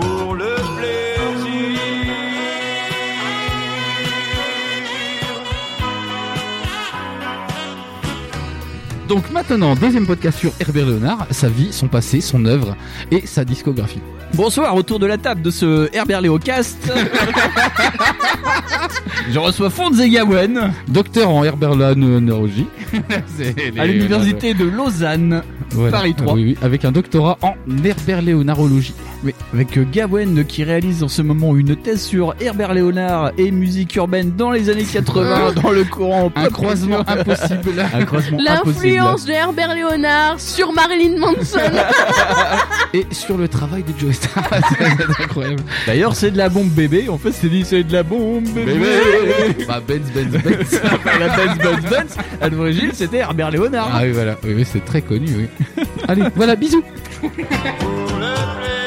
Pour le plaisir.
Donc maintenant, deuxième podcast sur Herbert Léonard, sa vie, son passé, son œuvre et sa discographie.
Bonsoir, autour de la table de ce Herbert Léocast. Je reçois Fonds Zegawen
Docteur en herberlanologie
à l'université de Lausanne. Paris 3.
Oui, oui, avec un doctorat en herberléonarologie.
Oui, avec euh, Gawen qui réalise en ce moment une thèse sur Herbert Léonard et musique urbaine dans les années 80 dans le courant
Un
pop
croisement
culture.
impossible.
Un croisement impossible.
L'influence de Herbert Léonard sur Marilyn Manson.
et sur le travail de Joe Star.
Ah,
C'est incroyable.
D'ailleurs, c'est de la bombe bébé. En fait, c'est dit c'est de la bombe bébé.
Bah, Benz, Benz, Benz.
la Benz Benz Benz, à l'origine, c'était Herbert Léonard.
Ah oui, voilà. Oui, oui, c'est très connu, oui. Allez, voilà, bisous.
Pour le plaisir.